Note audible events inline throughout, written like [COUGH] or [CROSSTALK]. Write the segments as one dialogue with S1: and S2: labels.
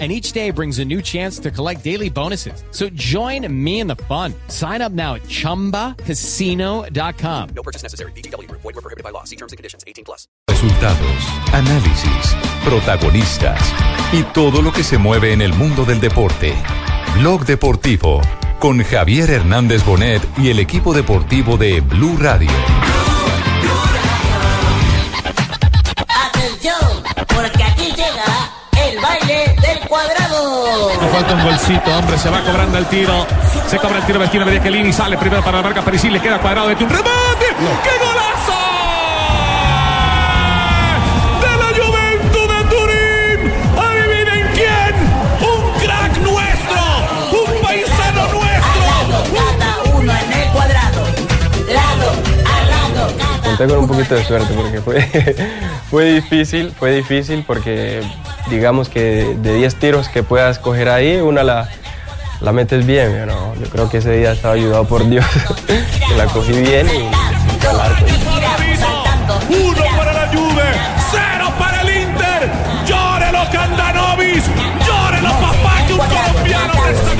S1: and each day brings a new chance to collect daily bonuses. So join me in the fun. Sign up now at ChumbaCasino.com.
S2: No purchase necessary. BGW. Void were prohibited by law. See terms and conditions. 18 plus.
S3: Resultados, análisis, protagonistas y todo lo que se mueve en el mundo del deporte. Blog Deportivo con Javier Hernández Bonet y el equipo deportivo de Blue Radio.
S4: Atención, porque aquí llega el baile del cuadrado.
S5: No falta un golcito, hombre. Se va cobrando el tiro. Se cobra el tiro de esquina de Kelly. Sale primero para la marca Parisí. Le queda cuadrado de un remate. ¡Qué golazo! ¡De la Juventud de Turín! ¡Adivinen quién! ¡Un crack nuestro! ¡Un paisano
S4: Al lado,
S5: nuestro!
S4: cada uno en el cuadrado. Lado, al lado, cada
S6: Conté con un
S4: uno
S6: poquito
S4: en
S6: de
S4: el
S6: suerte porque fue, [LAUGHS] fue difícil, fue difícil porque digamos que de 10 tiros que puedas coger ahí, una la, la metes bien, you know. Yo creo que ese día estaba ayudado por Dios, [LAUGHS] que la cogí bien y fue al arco.
S4: saltando,
S5: Uno para la Juve, cero para el Inter. Llórelo, Candanovis. Llórelo, papá, que un colombiano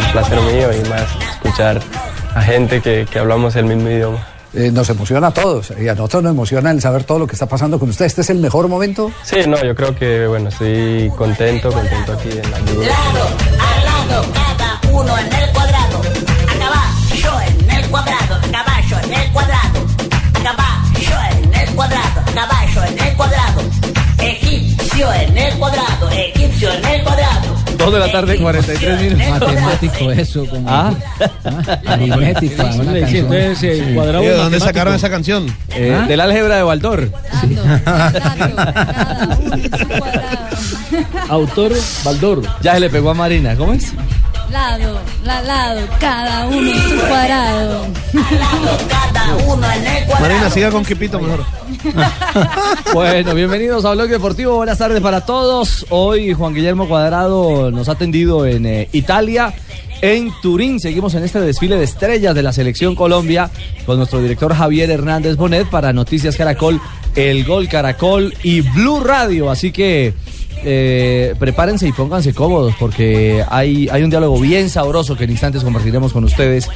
S6: Un placer mío y más escuchar a gente que, que hablamos el mismo idioma.
S7: Eh, nos emociona a todos eh, y a nosotros nos emociona el saber todo lo que está pasando con usted. Este es el mejor momento.
S6: Sí, no, yo creo que bueno, estoy contento, contento aquí en la Juve.
S4: Lado, al lado, cada uno en el cuadrado. Acaba yo en el cuadrado, acaba yo en el cuadrado. Acaba yo en el cuadrado, acaba yo en el cuadrado. Egipcio en el cuadrado, egipcio en el cuadrado.
S8: Dos de la tarde,
S4: Egipcio
S8: 43 minutos.
S4: en el cuadrado.
S9: Matemático eso, como ah. aritmético. es una canción.
S8: eh,
S10: eh,
S9: ¿Ah?
S8: ¿De dónde sacaron esa canción? del álgebra de Baldor. [LAUGHS]
S9: Autor Baldor.
S8: Ya se le pegó a Marina, ¿cómo es?
S11: Lado, la, lado, cada uno en su cuadrado.
S4: Al lado, cada uno en el cuadrado.
S8: Marina, siga con Quipito mejor.
S9: Bueno, bienvenidos a Blog Deportivo. Buenas tardes para todos. Hoy Juan Guillermo Cuadrado nos ha atendido en eh, Italia. En Turín seguimos en este desfile de estrellas de la selección Colombia con nuestro director Javier Hernández Bonet para Noticias Caracol, El Gol Caracol y Blue Radio. Así que eh, prepárense y pónganse cómodos porque hay, hay un diálogo bien sabroso que en instantes compartiremos con ustedes,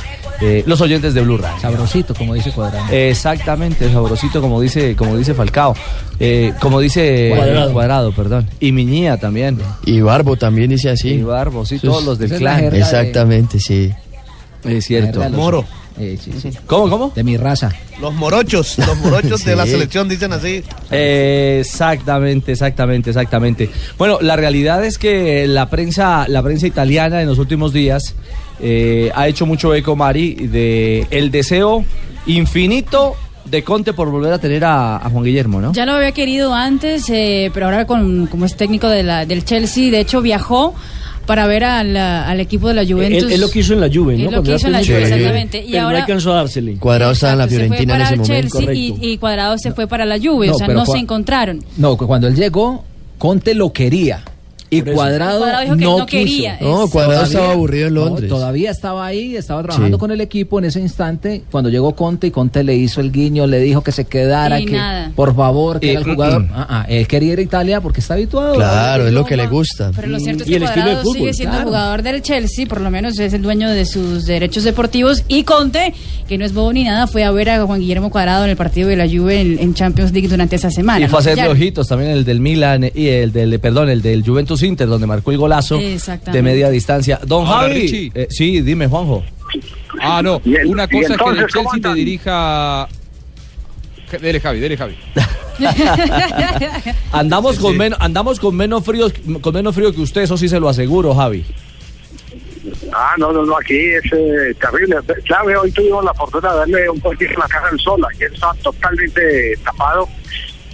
S9: eh, los oyentes de Blue Radio.
S8: Sabrosito, como dice Cuadrado.
S9: Exactamente, sabrosito, como dice, como dice Falcao. Eh, como dice cuadrado. perdón. Y Miñía también.
S8: Y Barbo también dice así.
S9: Y Barbo, sí,
S8: Eso
S9: todos
S8: es-
S9: los del
S8: esa es
S9: clan.
S8: la jerga Exactamente, sí.
S9: Es cierto.
S8: Moro.
S9: ¿Cómo, cómo?
S8: De mi raza. Los morochos, los morochos de la selección dicen así.
S9: Eh, exactamente, exactamente, exactamente. Bueno, la realidad es que la prensa, la prensa italiana en los últimos días eh, ha hecho mucho eco, Mari, de el deseo infinito de Conte por volver a tener a, a Juan Guillermo, ¿no?
S11: Ya lo había querido antes, eh, pero ahora con, como es técnico de la, del Chelsea, de hecho viajó para ver a la- al equipo de la Juventus.
S9: Él- él lo que hizo en la Juve, ¿no?
S11: Él lo
S9: Cuando
S11: que
S9: era
S11: hizo en la
S9: técnico.
S11: Juve,
S9: Sí.
S11: exactamente. Y
S9: Pero no
S11: ahora,
S9: alcanzó a dársele.
S8: Cuadrado estaba en la
S11: Exacto, se fue
S8: Fiorentina en
S11: para
S8: ese
S11: el
S8: momento.
S11: Chelsea y-
S8: correcto.
S11: Y, Cuadrado se fue para la Juve,
S9: No,
S11: o sea,
S9: pero
S11: no
S9: Cua-
S11: se encontraron.
S9: No, cu- cuando él llegó, Conte lo quería. Y
S8: Por eso.
S9: Cuadrado,
S11: Cuadrado dijo que
S9: no,
S11: no quería,
S9: quiso.
S11: No,
S8: es- Cuadrado estaba aburrido en Londres.
S9: todavía estaba ahí, estaba trabajando
S8: Sí.
S9: con el equipo en ese instante. Cuando llegó Conte y Conte le hizo el guiño, le dijo que se quedara,
S11: Y
S9: que
S11: nada.
S9: por favor, que
S8: Eh,
S9: era el
S8: mm,
S9: jugador.
S8: mm.
S9: Ah, ah, él quería ir a Italia porque está habituado.
S8: Claro, es lo que le gusta.
S11: Pero lo cierto es
S9: Y
S11: que
S9: el estilo de
S11: Cuadrado sigue
S9: fútbol,
S11: siendo
S9: claro.
S11: jugador del Chelsea, por lo menos es el dueño de sus derechos deportivos. Y Conte, que no es bobo ni nada, fue a ver a Juan Guillermo Cuadrado en el partido de la Juve en, en Champions League durante esa semana.
S9: Y fue a
S11: ¿no?
S9: hacer
S11: Ya-
S9: de ojitos también el del Milan eh, y el del, perdón, el del Juventus Inter, donde marcó el golazo
S11: Exactamente.
S9: de media distancia. Don
S5: Ahora,
S9: Javi,
S5: Richie.
S9: eh, sí, dime, Juanjo.
S5: Ah, no.
S12: Y en-
S5: Una
S12: y
S5: cosa es que
S12: entonces,
S5: el
S12: ¿cómo
S5: Chelsea te
S12: andan?
S5: dirija. Que- Dele Javi, dele Javi.
S11: [LAUGHS]
S9: Andamos con
S5: sí.
S9: menos, andamos con menos fríos, con menos frío que usted, eso sí se lo aseguro, Javi.
S12: Ah, no, no, no, aquí es eh, terrible. Clave, hoy tuvimos la fortuna de darle un poquito en la cara al sol. Ayer estaba totalmente tapado.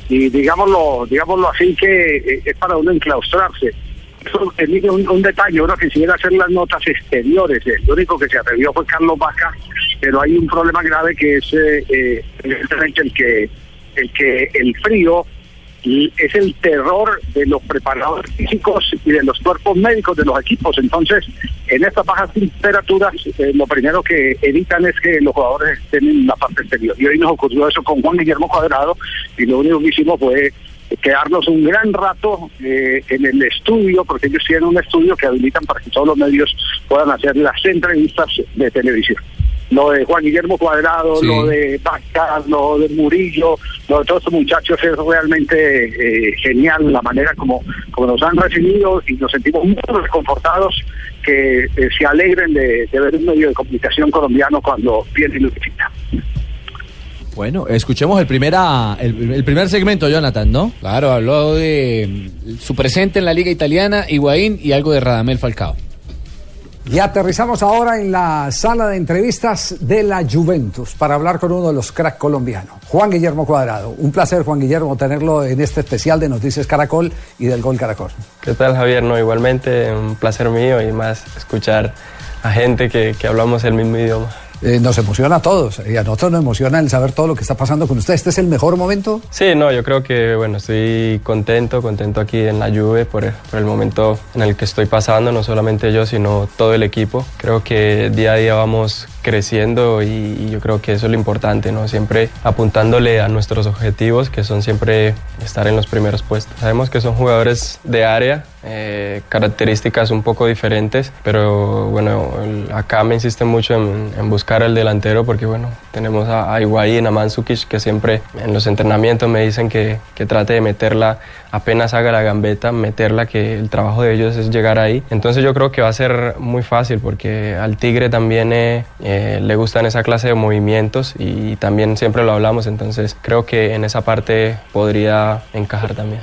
S12: Y digámoslo digámoslo así, que eh, es para uno enclaustrarse. Eso, eh, mire, un, un detalle, uno quisiera hacer las notas exteriores. eh, Lo único que se atrevió fue Carlos Vaca, pero hay un problema grave que es eh, eh, evidentemente el que el que el frío y es el terror de los preparadores físicos y de los cuerpos médicos de los equipos. Entonces, en estas bajas temperaturas, eh, lo primero que evitan es que los jugadores estén en la parte exterior. Y hoy nos ocurrió eso con Juan Guillermo Cuadrado y lo único que hicimos fue quedarnos un gran rato eh, en el estudio, porque ellos tienen un estudio que habilitan para que todos los medios puedan hacer las entrevistas de televisión lo de Juan Guillermo Cuadrado,
S13: Sí.
S12: lo de Vaca, lo de Murillo, lo de todos estos muchachos es realmente eh, genial la manera como, como nos han recibido y nos sentimos muy reconfortados que eh, se alegren de, de ver un medio de comunicación colombiano cuando viene y lo
S14: Eh,
S12: visita.
S9: Bueno, escuchemos el, primera, el, el primer segmento, Jonathan, ¿no?
S5: Claro, habló de mm, su presente en la Liga Italiana, Higuaín y algo de Radamel Falcao.
S7: Y aterrizamos ahora en la sala de entrevistas de la Juventus para hablar con uno de los cracks colombianos, Juan Guillermo Cuadrado. Un placer, Juan Guillermo, tenerlo en este especial de Noticias Caracol y del Gol Caracol.
S6: ¿Qué tal, Javier? No, igualmente un placer mío y más escuchar a gente que, que hablamos el mismo idioma.
S7: Eh, nos emociona a todos eh, y a nosotros nos emociona el saber todo lo que está pasando con usted. ¿Este es el mejor momento?
S6: Sí, no, yo creo que, bueno, estoy contento, contento aquí en la Juve por, por el momento en el que estoy pasando, no solamente yo, sino todo el equipo. Creo que día a día vamos creciendo y, y yo creo que eso es lo importante, ¿no? Siempre apuntándole a nuestros objetivos, que son siempre estar en los primeros puestos. Sabemos que son jugadores de área, eh, características un poco diferentes, pero bueno, el- acá me insiste mucho en, en buscar al delantero porque bueno, tenemos a, a Higuaín, a Mandzukic, que siempre en los entrenamientos me dicen que, que trate de meterla, apenas haga la gambeta, meterla, que el trabajo de ellos es llegar ahí. Entonces yo creo que va a ser muy fácil porque al Tigre también eh, eh, le gustan esa clase de movimientos y también siempre lo hablamos, entonces creo que en esa parte podría encajar también.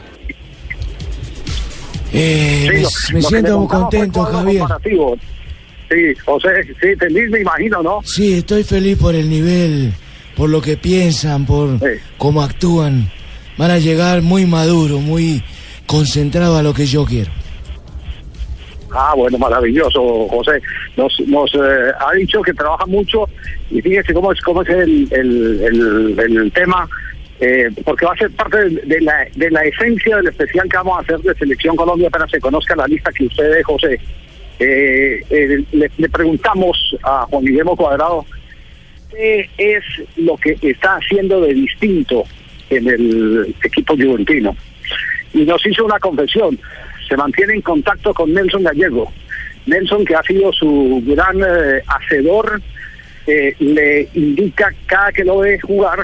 S12: Sí, lo-
S14: me- me
S12: lo que
S14: siento
S12: le
S14: muy
S12: contaba pues, fue
S14: contento,
S12: todo lo
S14: Javier.
S12: comparativo. Sí, José, sí, feliz me imagino, ¿no?
S14: Sí, estoy feliz por el nivel, por lo que piensan, por cómo actúan. Van a llegar muy maduro, muy concentrado a lo que yo quiero.
S12: Ah, bueno, maravilloso, José. Nos, nos eh, ha dicho que trabaja mucho y fíjese cómo es, cómo es el, el, el- el tema, eh, porque va a ser parte de, de la, de la esencia del especial que vamos a hacer de Selección Colombia apenas se conozca la lista que usted dé, José. Eh, eh, le, le preguntamos a Juan Guillermo Cuadrado qué es lo que está haciendo de distinto en el equipo juventino y nos hizo una confesión. Se mantiene en contacto con Nelson Gallego. Nelson, que ha sido su gran eh, hacedor, eh, le indica cada que lo ve jugar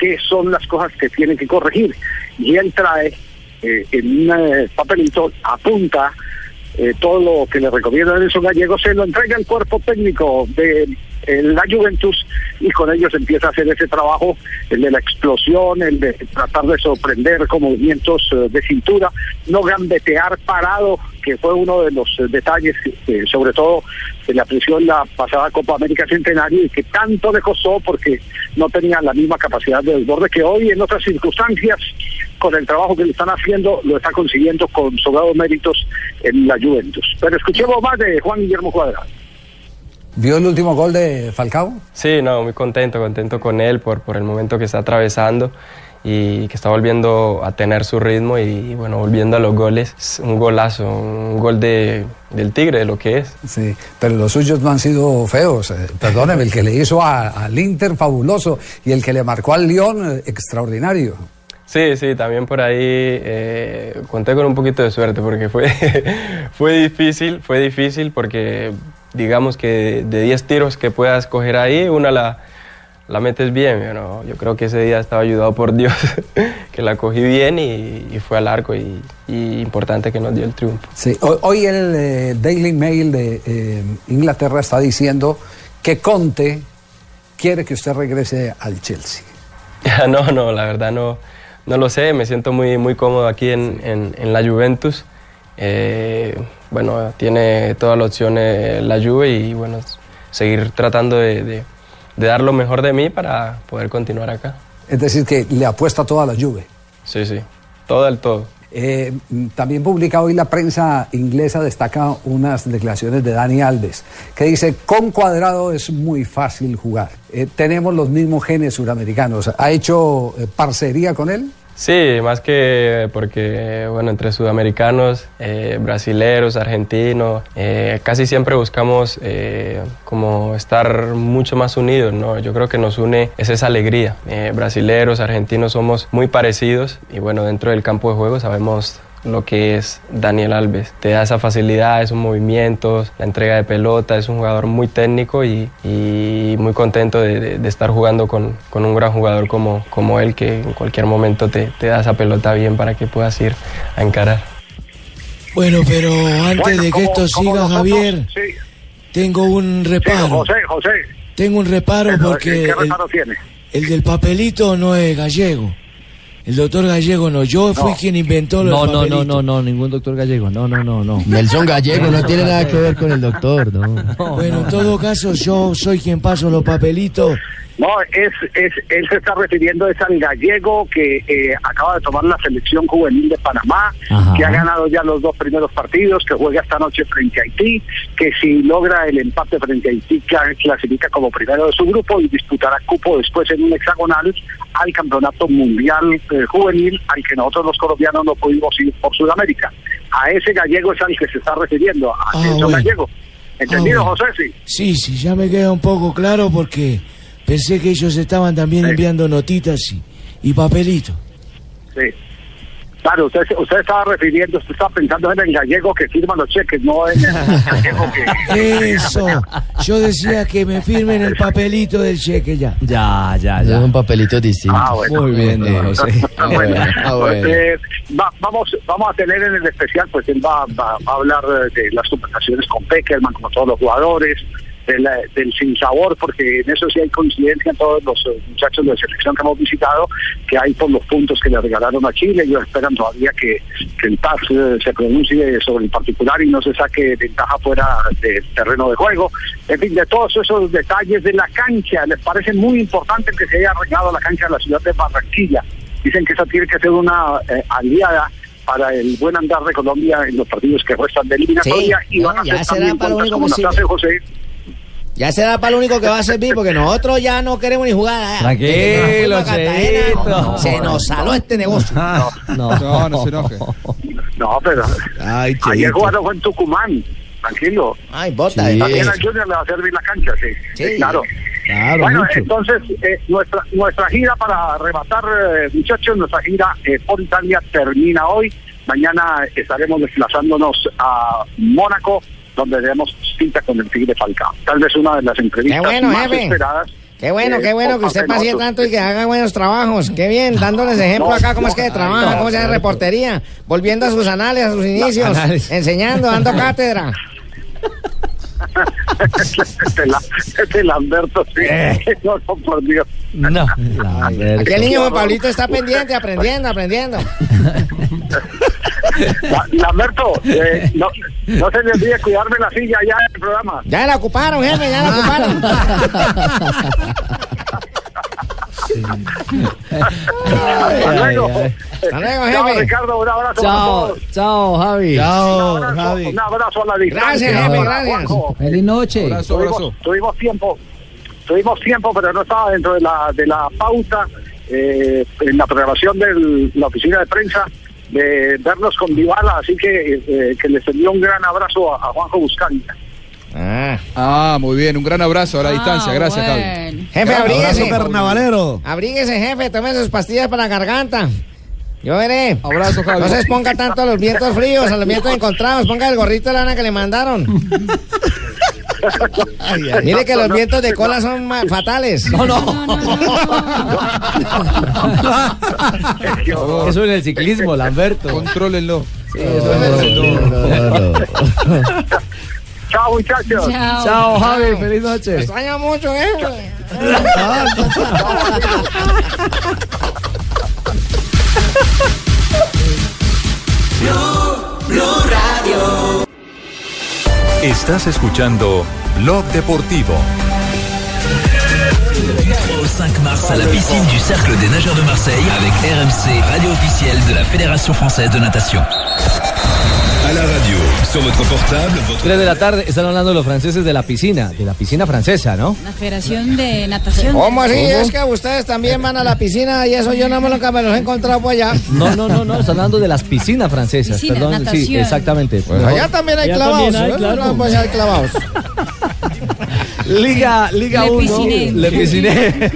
S12: qué son las cosas que tiene que corregir. Y él trae eh, en un eh, papelito, apunta eh, todo lo que le recomienda Nelson Gallego, se lo entrega al cuerpo técnico de eh, la Juventus y con ellos empieza a hacer ese trabajo, el de la explosión, el de tratar de sorprender con movimientos eh, de cintura, no gambetear parado, que fue uno de los eh, detalles, eh, sobre todo de la prisión la pasada Copa América Centenario y que tanto le costó porque no tenía la misma capacidad de desborde que hoy en otras circunstancias con el trabajo que le están haciendo lo está consiguiendo con sobrados méritos en la Juventus. Pero escuchemos más de Juan Guillermo Cuadrado.
S7: ¿Vio el último gol de Falcao?
S6: Sí, no, muy contento, contento con él por, por el momento que está atravesando y que está volviendo a tener su ritmo y bueno, volviendo a los goles. Es un golazo, un gol de, del Tigre, de lo que es.
S7: Sí, pero los suyos no han sido feos. eh, Perdóneme, el que le hizo a- al Inter fabuloso y el que le marcó al Lyon eh, extraordinario.
S6: Sí, sí, también por ahí eh, conté con un poquito de suerte porque fue, [LAUGHS] fue difícil, fue difícil porque digamos que de 10 tiros que puedas coger ahí, una la, la metes bien. Yo, no- yo creo que ese día estaba ayudado por Dios, [LAUGHS] que la cogí bien y, y fue al arco y, y importante que nos dio el triunfo.
S7: Sí, ho- hoy el eh, Daily Mail de eh, Inglaterra está diciendo que Conte quiere que usted regrese al Chelsea.
S6: [LAUGHS] no, no, la verdad no, no lo sé. Me siento muy, muy cómodo aquí en, en- en la Juventus. Eh, bueno, tiene todas las opciones la Juve y bueno, s- seguir tratando de, de- de dar lo mejor de mí para poder continuar acá.
S7: Es decir, que le apuesta toda la lluvia.
S6: Sí, sí, todo al todo.
S7: Eh, también publica hoy la prensa inglesa, destaca unas declaraciones de Dani Alves, que dice, con cuadrado es muy fácil jugar. Eh, tenemos los mismos genes suramericanos. ¿Ha hecho eh, parcería con él?
S6: Sí, más que porque, bueno, entre sudamericanos, eh, brasileros, argentinos, eh, casi siempre buscamos eh, como estar mucho más unidos, ¿no? Yo creo que nos une es esa alegría. Eh, brasileros, argentinos somos muy parecidos y, bueno, dentro del campo de juego sabemos lo que es Daniel Alves. Te da esa facilidad, esos movimientos, la entrega de pelota, es un jugador muy técnico y, y muy contento de, de- de estar jugando con, con un gran jugador como, como él que en cualquier momento te, te da esa pelota bien para que puedas ir a encarar.
S15: Bueno, pero antes
S6: Bueno,
S15: de que
S6: ¿cómo-
S15: esto
S6: cómo
S15: siga,
S6: nosotros?
S15: Javier, tengo un reparo.
S12: José, José.
S15: Tengo un reparo
S12: Pero,
S15: porque
S12: ¿Qué
S15: el,
S12: reparo tiene?
S15: el del papelito no es gallego. El doctor gallego no. Yo fui quien inventó los
S9: No, no, no,
S15: papelitos.
S9: no, no, ningún doctor gallego. No, no, no, no.
S16: Nelson Gallego no tiene nada que ver con el doctor, ¿no?
S15: Bueno, en todo caso, yo soy quien paso los papelitos.
S12: No, es, es, él se está refiriendo es al gallego que eh, acaba de tomar la selección juvenil de Panamá,
S15: Ajá.
S12: que ha ganado ya los dos primeros partidos, que juega esta noche frente a Haití, que si logra el empate frente a Haití cla- clasifica como primero de su grupo y disputará cupo después en un hexagonal al campeonato mundial eh, juvenil al que nosotros los colombianos no pudimos ir por Sudamérica. A ese gallego es al que se está refiriendo, a
S15: Ah,
S12: Nelson
S15: bueno.
S12: Gallego. ¿Entendido,
S15: Ah, bueno.
S12: José? Sí.
S15: Sí, sí, ya me queda un poco claro porque pensé que ellos estaban también enviando notitas y, y papelitos.
S12: Sí. Claro, usted, usted estaba refiriendo, usted estaba pensando en el gallego que firma los cheques, no en el gallego que...
S15: Eso. Yo decía que me firmen el papelito del cheque ya.
S16: Ya, ya, ya. Es un papelito distinto.
S12: Ah, bueno.
S16: Muy bien, eh, José.
S12: [LAUGHS] Ah, bueno. Pues, eh, va- vamos, vamos a tener en el especial, pues él va, va- va a hablar eh, de las conversaciones con Peckerman, con todos los jugadores, de la- del sinsabor, porque en eso sí hay coincidencia en todos los eh, muchachos de selección que hemos visitado, que hay por los puntos que le regalaron a Chile. Ellos esperan todavía que, que el TAS eh, se pronuncie sobre el particular y no se saque ventaja fuera del terreno de juego. En fin, de todos esos detalles de la cancha, les parece muy importante que se haya arreglado la cancha de la ciudad de Barranquilla dicen que esa tiene que ser una eh, aliada para el buen andar de Colombia en los partidos que restan de eliminatoria
S16: Sí,
S12: y van
S16: no,
S12: a
S16: ya
S12: hacer
S16: será
S12: también
S16: para lo
S12: cuentas
S16: único
S12: como
S16: que
S12: las hace
S16: sirve.
S12: José.
S16: Ya será para lo único que va a servir, porque nosotros ya no queremos ni
S13: ¿eh?
S16: jugar. Desde que
S9: Tranquilo,
S16: nos fuimos a Cartagena,
S9: Cheito.
S16: Se nos saló este negocio.
S9: Ah. No, no, no se
S17: enoje.
S12: No, pero
S17: Ay,
S12: ayer
S17: Cheito.
S12: jugaron fue en Tucumán, tranquilo.
S16: Ay, bota. eh.
S17: Sí.
S12: También al Junior le va a servir la cancha, sí.
S16: Sí.
S12: Claro.
S17: Claro,
S12: bueno,
S17: mucho.
S12: entonces eh, nuestra nuestra gira para arrebatar, eh, muchachos, nuestra gira eh, por Italia termina hoy. Mañana estaremos desplazándonos a Mónaco, donde tenemos cita con el Tigre Falcao. Tal vez una de las entrevistas
S16: Qué bueno,
S12: más
S16: jefe.
S12: esperadas.
S16: Qué bueno,
S12: eh,
S16: qué bueno
S12: por
S16: que usted
S12: parte de
S16: pase
S12: nosotros.
S16: tanto y que haga buenos trabajos. Qué bien, dándoles ejemplo
S12: No,
S16: acá cómo es
S12: no,
S16: que
S12: ay,
S16: trabaja,
S12: no,
S16: cómo se hace
S12: Roberto.
S16: reportería, volviendo a sus anales, a sus inicios,
S12: anales.
S16: enseñando, dando
S12: [LAUGHS]
S16: cátedra.
S12: Este la- este Lamberto, sí. [LAUGHS] No, no, por Dios.
S9: Eh.
S12: [LAUGHS]
S9: No.
S16: Aquí el niño Juan Pablito está pendiente, aprendiendo, aprendiendo.
S12: La- Lamberto, eh, no, no se le olvide cuidarme la silla ya en el programa.
S16: Ya la ocuparon, jefe, ya la
S12: Ah. [LAUGHS]
S16: ocuparon.
S12: Hasta luego.
S16: Hasta luego,
S12: Chao,
S16: jefe.
S12: Ricardo, un abrazo a
S9: Chao,
S12: todos.
S9: chao, Javi.
S17: Chao,
S12: Un abrazo,
S17: Javi.
S12: Un abrazo a la distancia.
S16: Gracias, jefe,
S12: Hola,
S16: gracias.
S12: Juanjo.
S18: Feliz noche.
S17: Abrazo, abrazo.
S12: Tuvimos, tuvimos tiempo, tuvimos tiempo, pero no estaba dentro de la, de la pauta eh, en la programación de la oficina de prensa de vernos con Dybala, así que, eh, que les envío un gran abrazo a, a Juanjo Buscaglia.
S16: Ah,
S17: Ah, muy bien. Un gran abrazo
S13: Ah,
S17: a la distancia. Gracias, Javi.
S16: Jefe,
S17: Gran
S16: abríguese.
S17: abrazo carnavalero.
S16: Abríguese, jefe, tome sus pastillas para la garganta. Yo veré.
S17: Abrazo, Javi.
S16: No se exponga tanto a los vientos fríos, a los vientos encontrados. Ponga el gorrito de lana que le mandaron. Mire que los vientos de cola son ma- fatales. No, no.
S9: Eso en el ciclismo, Lamberto.
S17: Contrólenlo.
S12: Chao, muchachos.
S13: Chao.
S9: Chao, Javi, feliz noche.
S16: Extraña mucho, ¿eh? jefe.
S3: Estás escuchando Blog Deportivo.
S19: 5 mars à la piscine du Cercle des Nageurs de Marseille avec RMC, radio officielle de la Fédération Française de Natation.
S3: À la radio, sur votre portable, votre...
S9: 3 de la tarde, están hablando los franceses de la piscina, de la piscina francesa, ¿no?
S11: La Federación de Natación.
S13: ¿Cómo así? Es que ustedes también van a la piscina y eso yo no me lo me los he encontrado pues, por allá.
S9: No, no, no, no, están hablando de las piscinas francesas,
S13: Piscina,
S9: perdón. Sí,
S13: natación.
S9: exactamente.
S13: Pues allá también hay
S9: Allá
S13: clavados.
S9: también hay,
S13: ¿eh?
S9: claro.
S13: Pues hay clavados.
S9: Liga, Liga
S13: Le
S9: 1.
S13: pisciné.
S9: Le pisciné.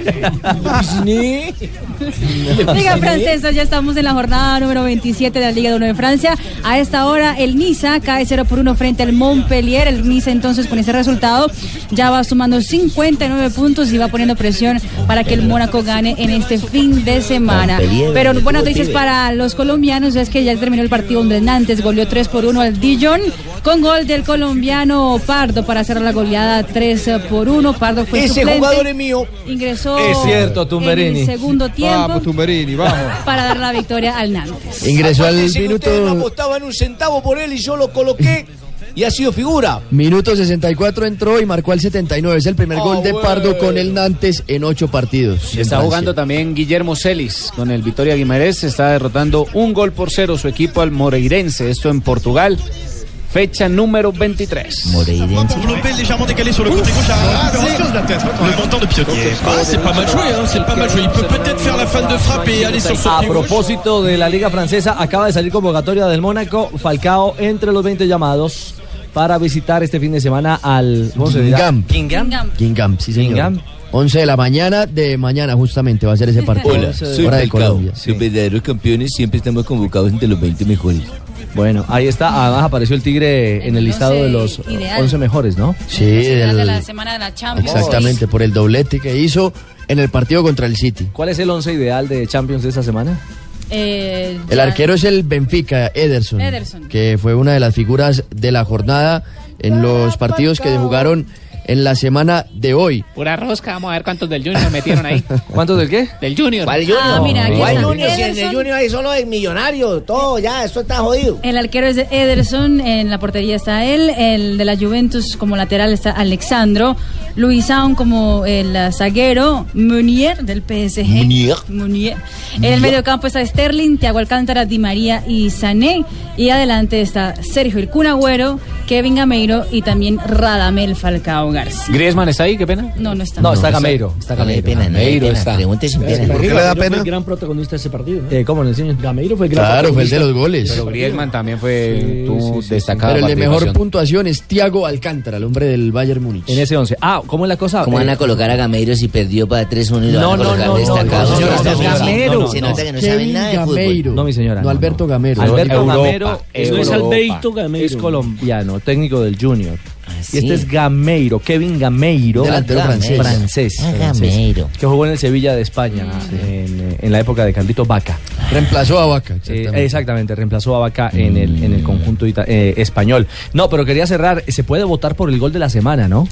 S11: Liga francesa, ya estamos en la jornada número 27 de la Liga de 1 de Francia. A esta hora el Niza cae 0 por 1 frente al Montpellier. El Niza entonces con ese resultado ya va sumando 59 puntos y va poniendo presión para que el Mónaco gane en este fin de semana.
S20: Montpellier,
S11: Pero buenas noticias
S20: pibe.
S11: para los colombianos es que ya terminó el partido donde Nantes goleó 3 por 1 al Dijon con gol del colombiano Pardo para cerrar la goleada 3 por 1. Pardo fue
S13: Ese
S11: suplente.
S13: jugador es mío.
S11: Ingresó
S15: Es cierto,
S11: en
S15: Tumberini.
S11: el segundo tiempo
S15: Vamos, Tumberini, vamos.
S11: para dar la victoria al Nantes.
S15: Ingresó al
S13: Acuérdense que
S15: minuto-
S13: Ustedes no apostaban un centavo por él y yo lo coloqué y ha sido figura.
S21: Minuto 64 entró y marcó al 79. Es el primer gol de Pardo con el Nantes en ocho partidos.
S5: Se está jugando también Guillermo Celis con el Vitoria Guimarães. Se está derrotando un gol por cero su equipo al Moreirense. Esto en Portugal. Fecha número 23.
S22: Enveloppé, légèrement décalé sur le côté gauche. Ah, le retour de la tête. Le montant de Piotier. Ah, c'est pas mal joué, hein, c'est pas mal joué. Il peut peut-être faire la fan de frappe et aller sur son
S9: A
S22: pied gauche.
S9: propósito de la Liga Francesa, acaba de salir convocatoria del Mónaco, Falcao entre los 20 llamados para visitar este fin de semana al ¿cómo se dirá?
S21: Guingamp.
S9: Guingamp.
S21: Guingamp, sí, señor.
S9: Guingamp.
S21: 11 de la mañana de mañana, justamente, va a ser ese partido.
S23: Hola, soy
S21: Hora de
S23: Falcao.
S21: Colombia.
S23: Los verdaderos campeones siempre estamos convocados entre los 20 mejores.
S9: Bueno, ahí está. Además apareció el Tigre en el listado de los
S11: ideal.
S9: 11 mejores, ¿no?
S21: Sí,
S11: de
S21: del-
S11: la semana de la Champions.
S21: exactamente, por el doblete que hizo en el partido contra el City.
S9: ¿Cuál es el 11 ideal de Champions de esta semana?
S11: Eh,
S21: El
S11: ya-
S21: arquero es el Benfica, Ederson,
S11: Ederson.
S21: que fue una de las figuras de la jornada en los partidos que jugaron en la semana de hoy.
S24: Pura rosca, vamos a ver cuántos del Junior metieron
S21: [LAUGHS]
S24: ahí.
S9: ¿Cuántos del qué?
S24: Del Junior.
S13: ¿Cuál Junior?
S11: Ah, mira, aquí
S13: ¿Cuál
S11: está.
S13: Junior? Si en el
S11: Ederson.
S13: Junior hay solo de millonarios, todo ya, esto está jodido.
S11: El arquero es de Ederson, en la portería está él, el de la Juventus como lateral está Alexandro, Luis Aun como el eh, zaguero, Meunier del PSG.
S20: Meunier.
S11: Meunier. En el mediocampo está Sterling, Thiago Alcántara, Di María y Sané. Y adelante está Sergio El Kun Agüero, Kevin Gameiro y también Radamel Falcao García.
S5: Griezmann está ahí, qué pena.
S11: No, no está.
S5: No, está Gameiro. Está Gameiro. Gameiro está.
S10: ¿Por qué Gameiro fue el gran protagonista de ese partido. ¿no?
S9: Eh, ¿Cómo le enseño?
S10: Gameiro fue el gran
S21: Claro, fue el de
S10: protagonista.
S21: los goles.
S5: Pero Griezmann también fue tu destacado.
S21: Pero el de mejor puntuación es Thiago Alcántara, el hombre del Bayern Múnich. En
S9: ese 11. Ah, ¿cómo es la cosa?
S25: ¿Cómo van a colocar a Gameiro si perdió para 3-1 y lo
S21: Eh, No,
S25: van a
S21: no,
S25: colocar
S21: no, no,
S25: destacado?
S21: no, no,
S25: Señora,
S21: no,
S25: se-
S21: no, no,
S25: Se
S21: no,
S25: nota que no
S21: Kevin
S25: saben nada de
S21: Gameiro.
S25: fútbol.
S9: No, mi señora.
S21: No, Alberto Gamero.
S9: Alberto
S21: Europa,
S9: Gamero
S21: eso no es
S9: Europa.
S21: Alberto Gamero.
S9: Es colombiano, técnico del Junior.
S21: sí.
S9: Y este es Gameiro, Kevin Gameiro.
S21: Delantero francés.
S9: Francés,
S21: Ah,
S9: francés,
S21: Gameiro. Ah,
S9: Que jugó en el Sevilla de España en, eh, en la época de Carlito Vaca. Eh,
S21: Reemplazó a Vaca. Mm.
S9: Exactamente. reemplazó a Vaca en el, en el conjunto ita- eh, español. No, pero quería cerrar. Se puede votar por el gol de la semana, ¿no?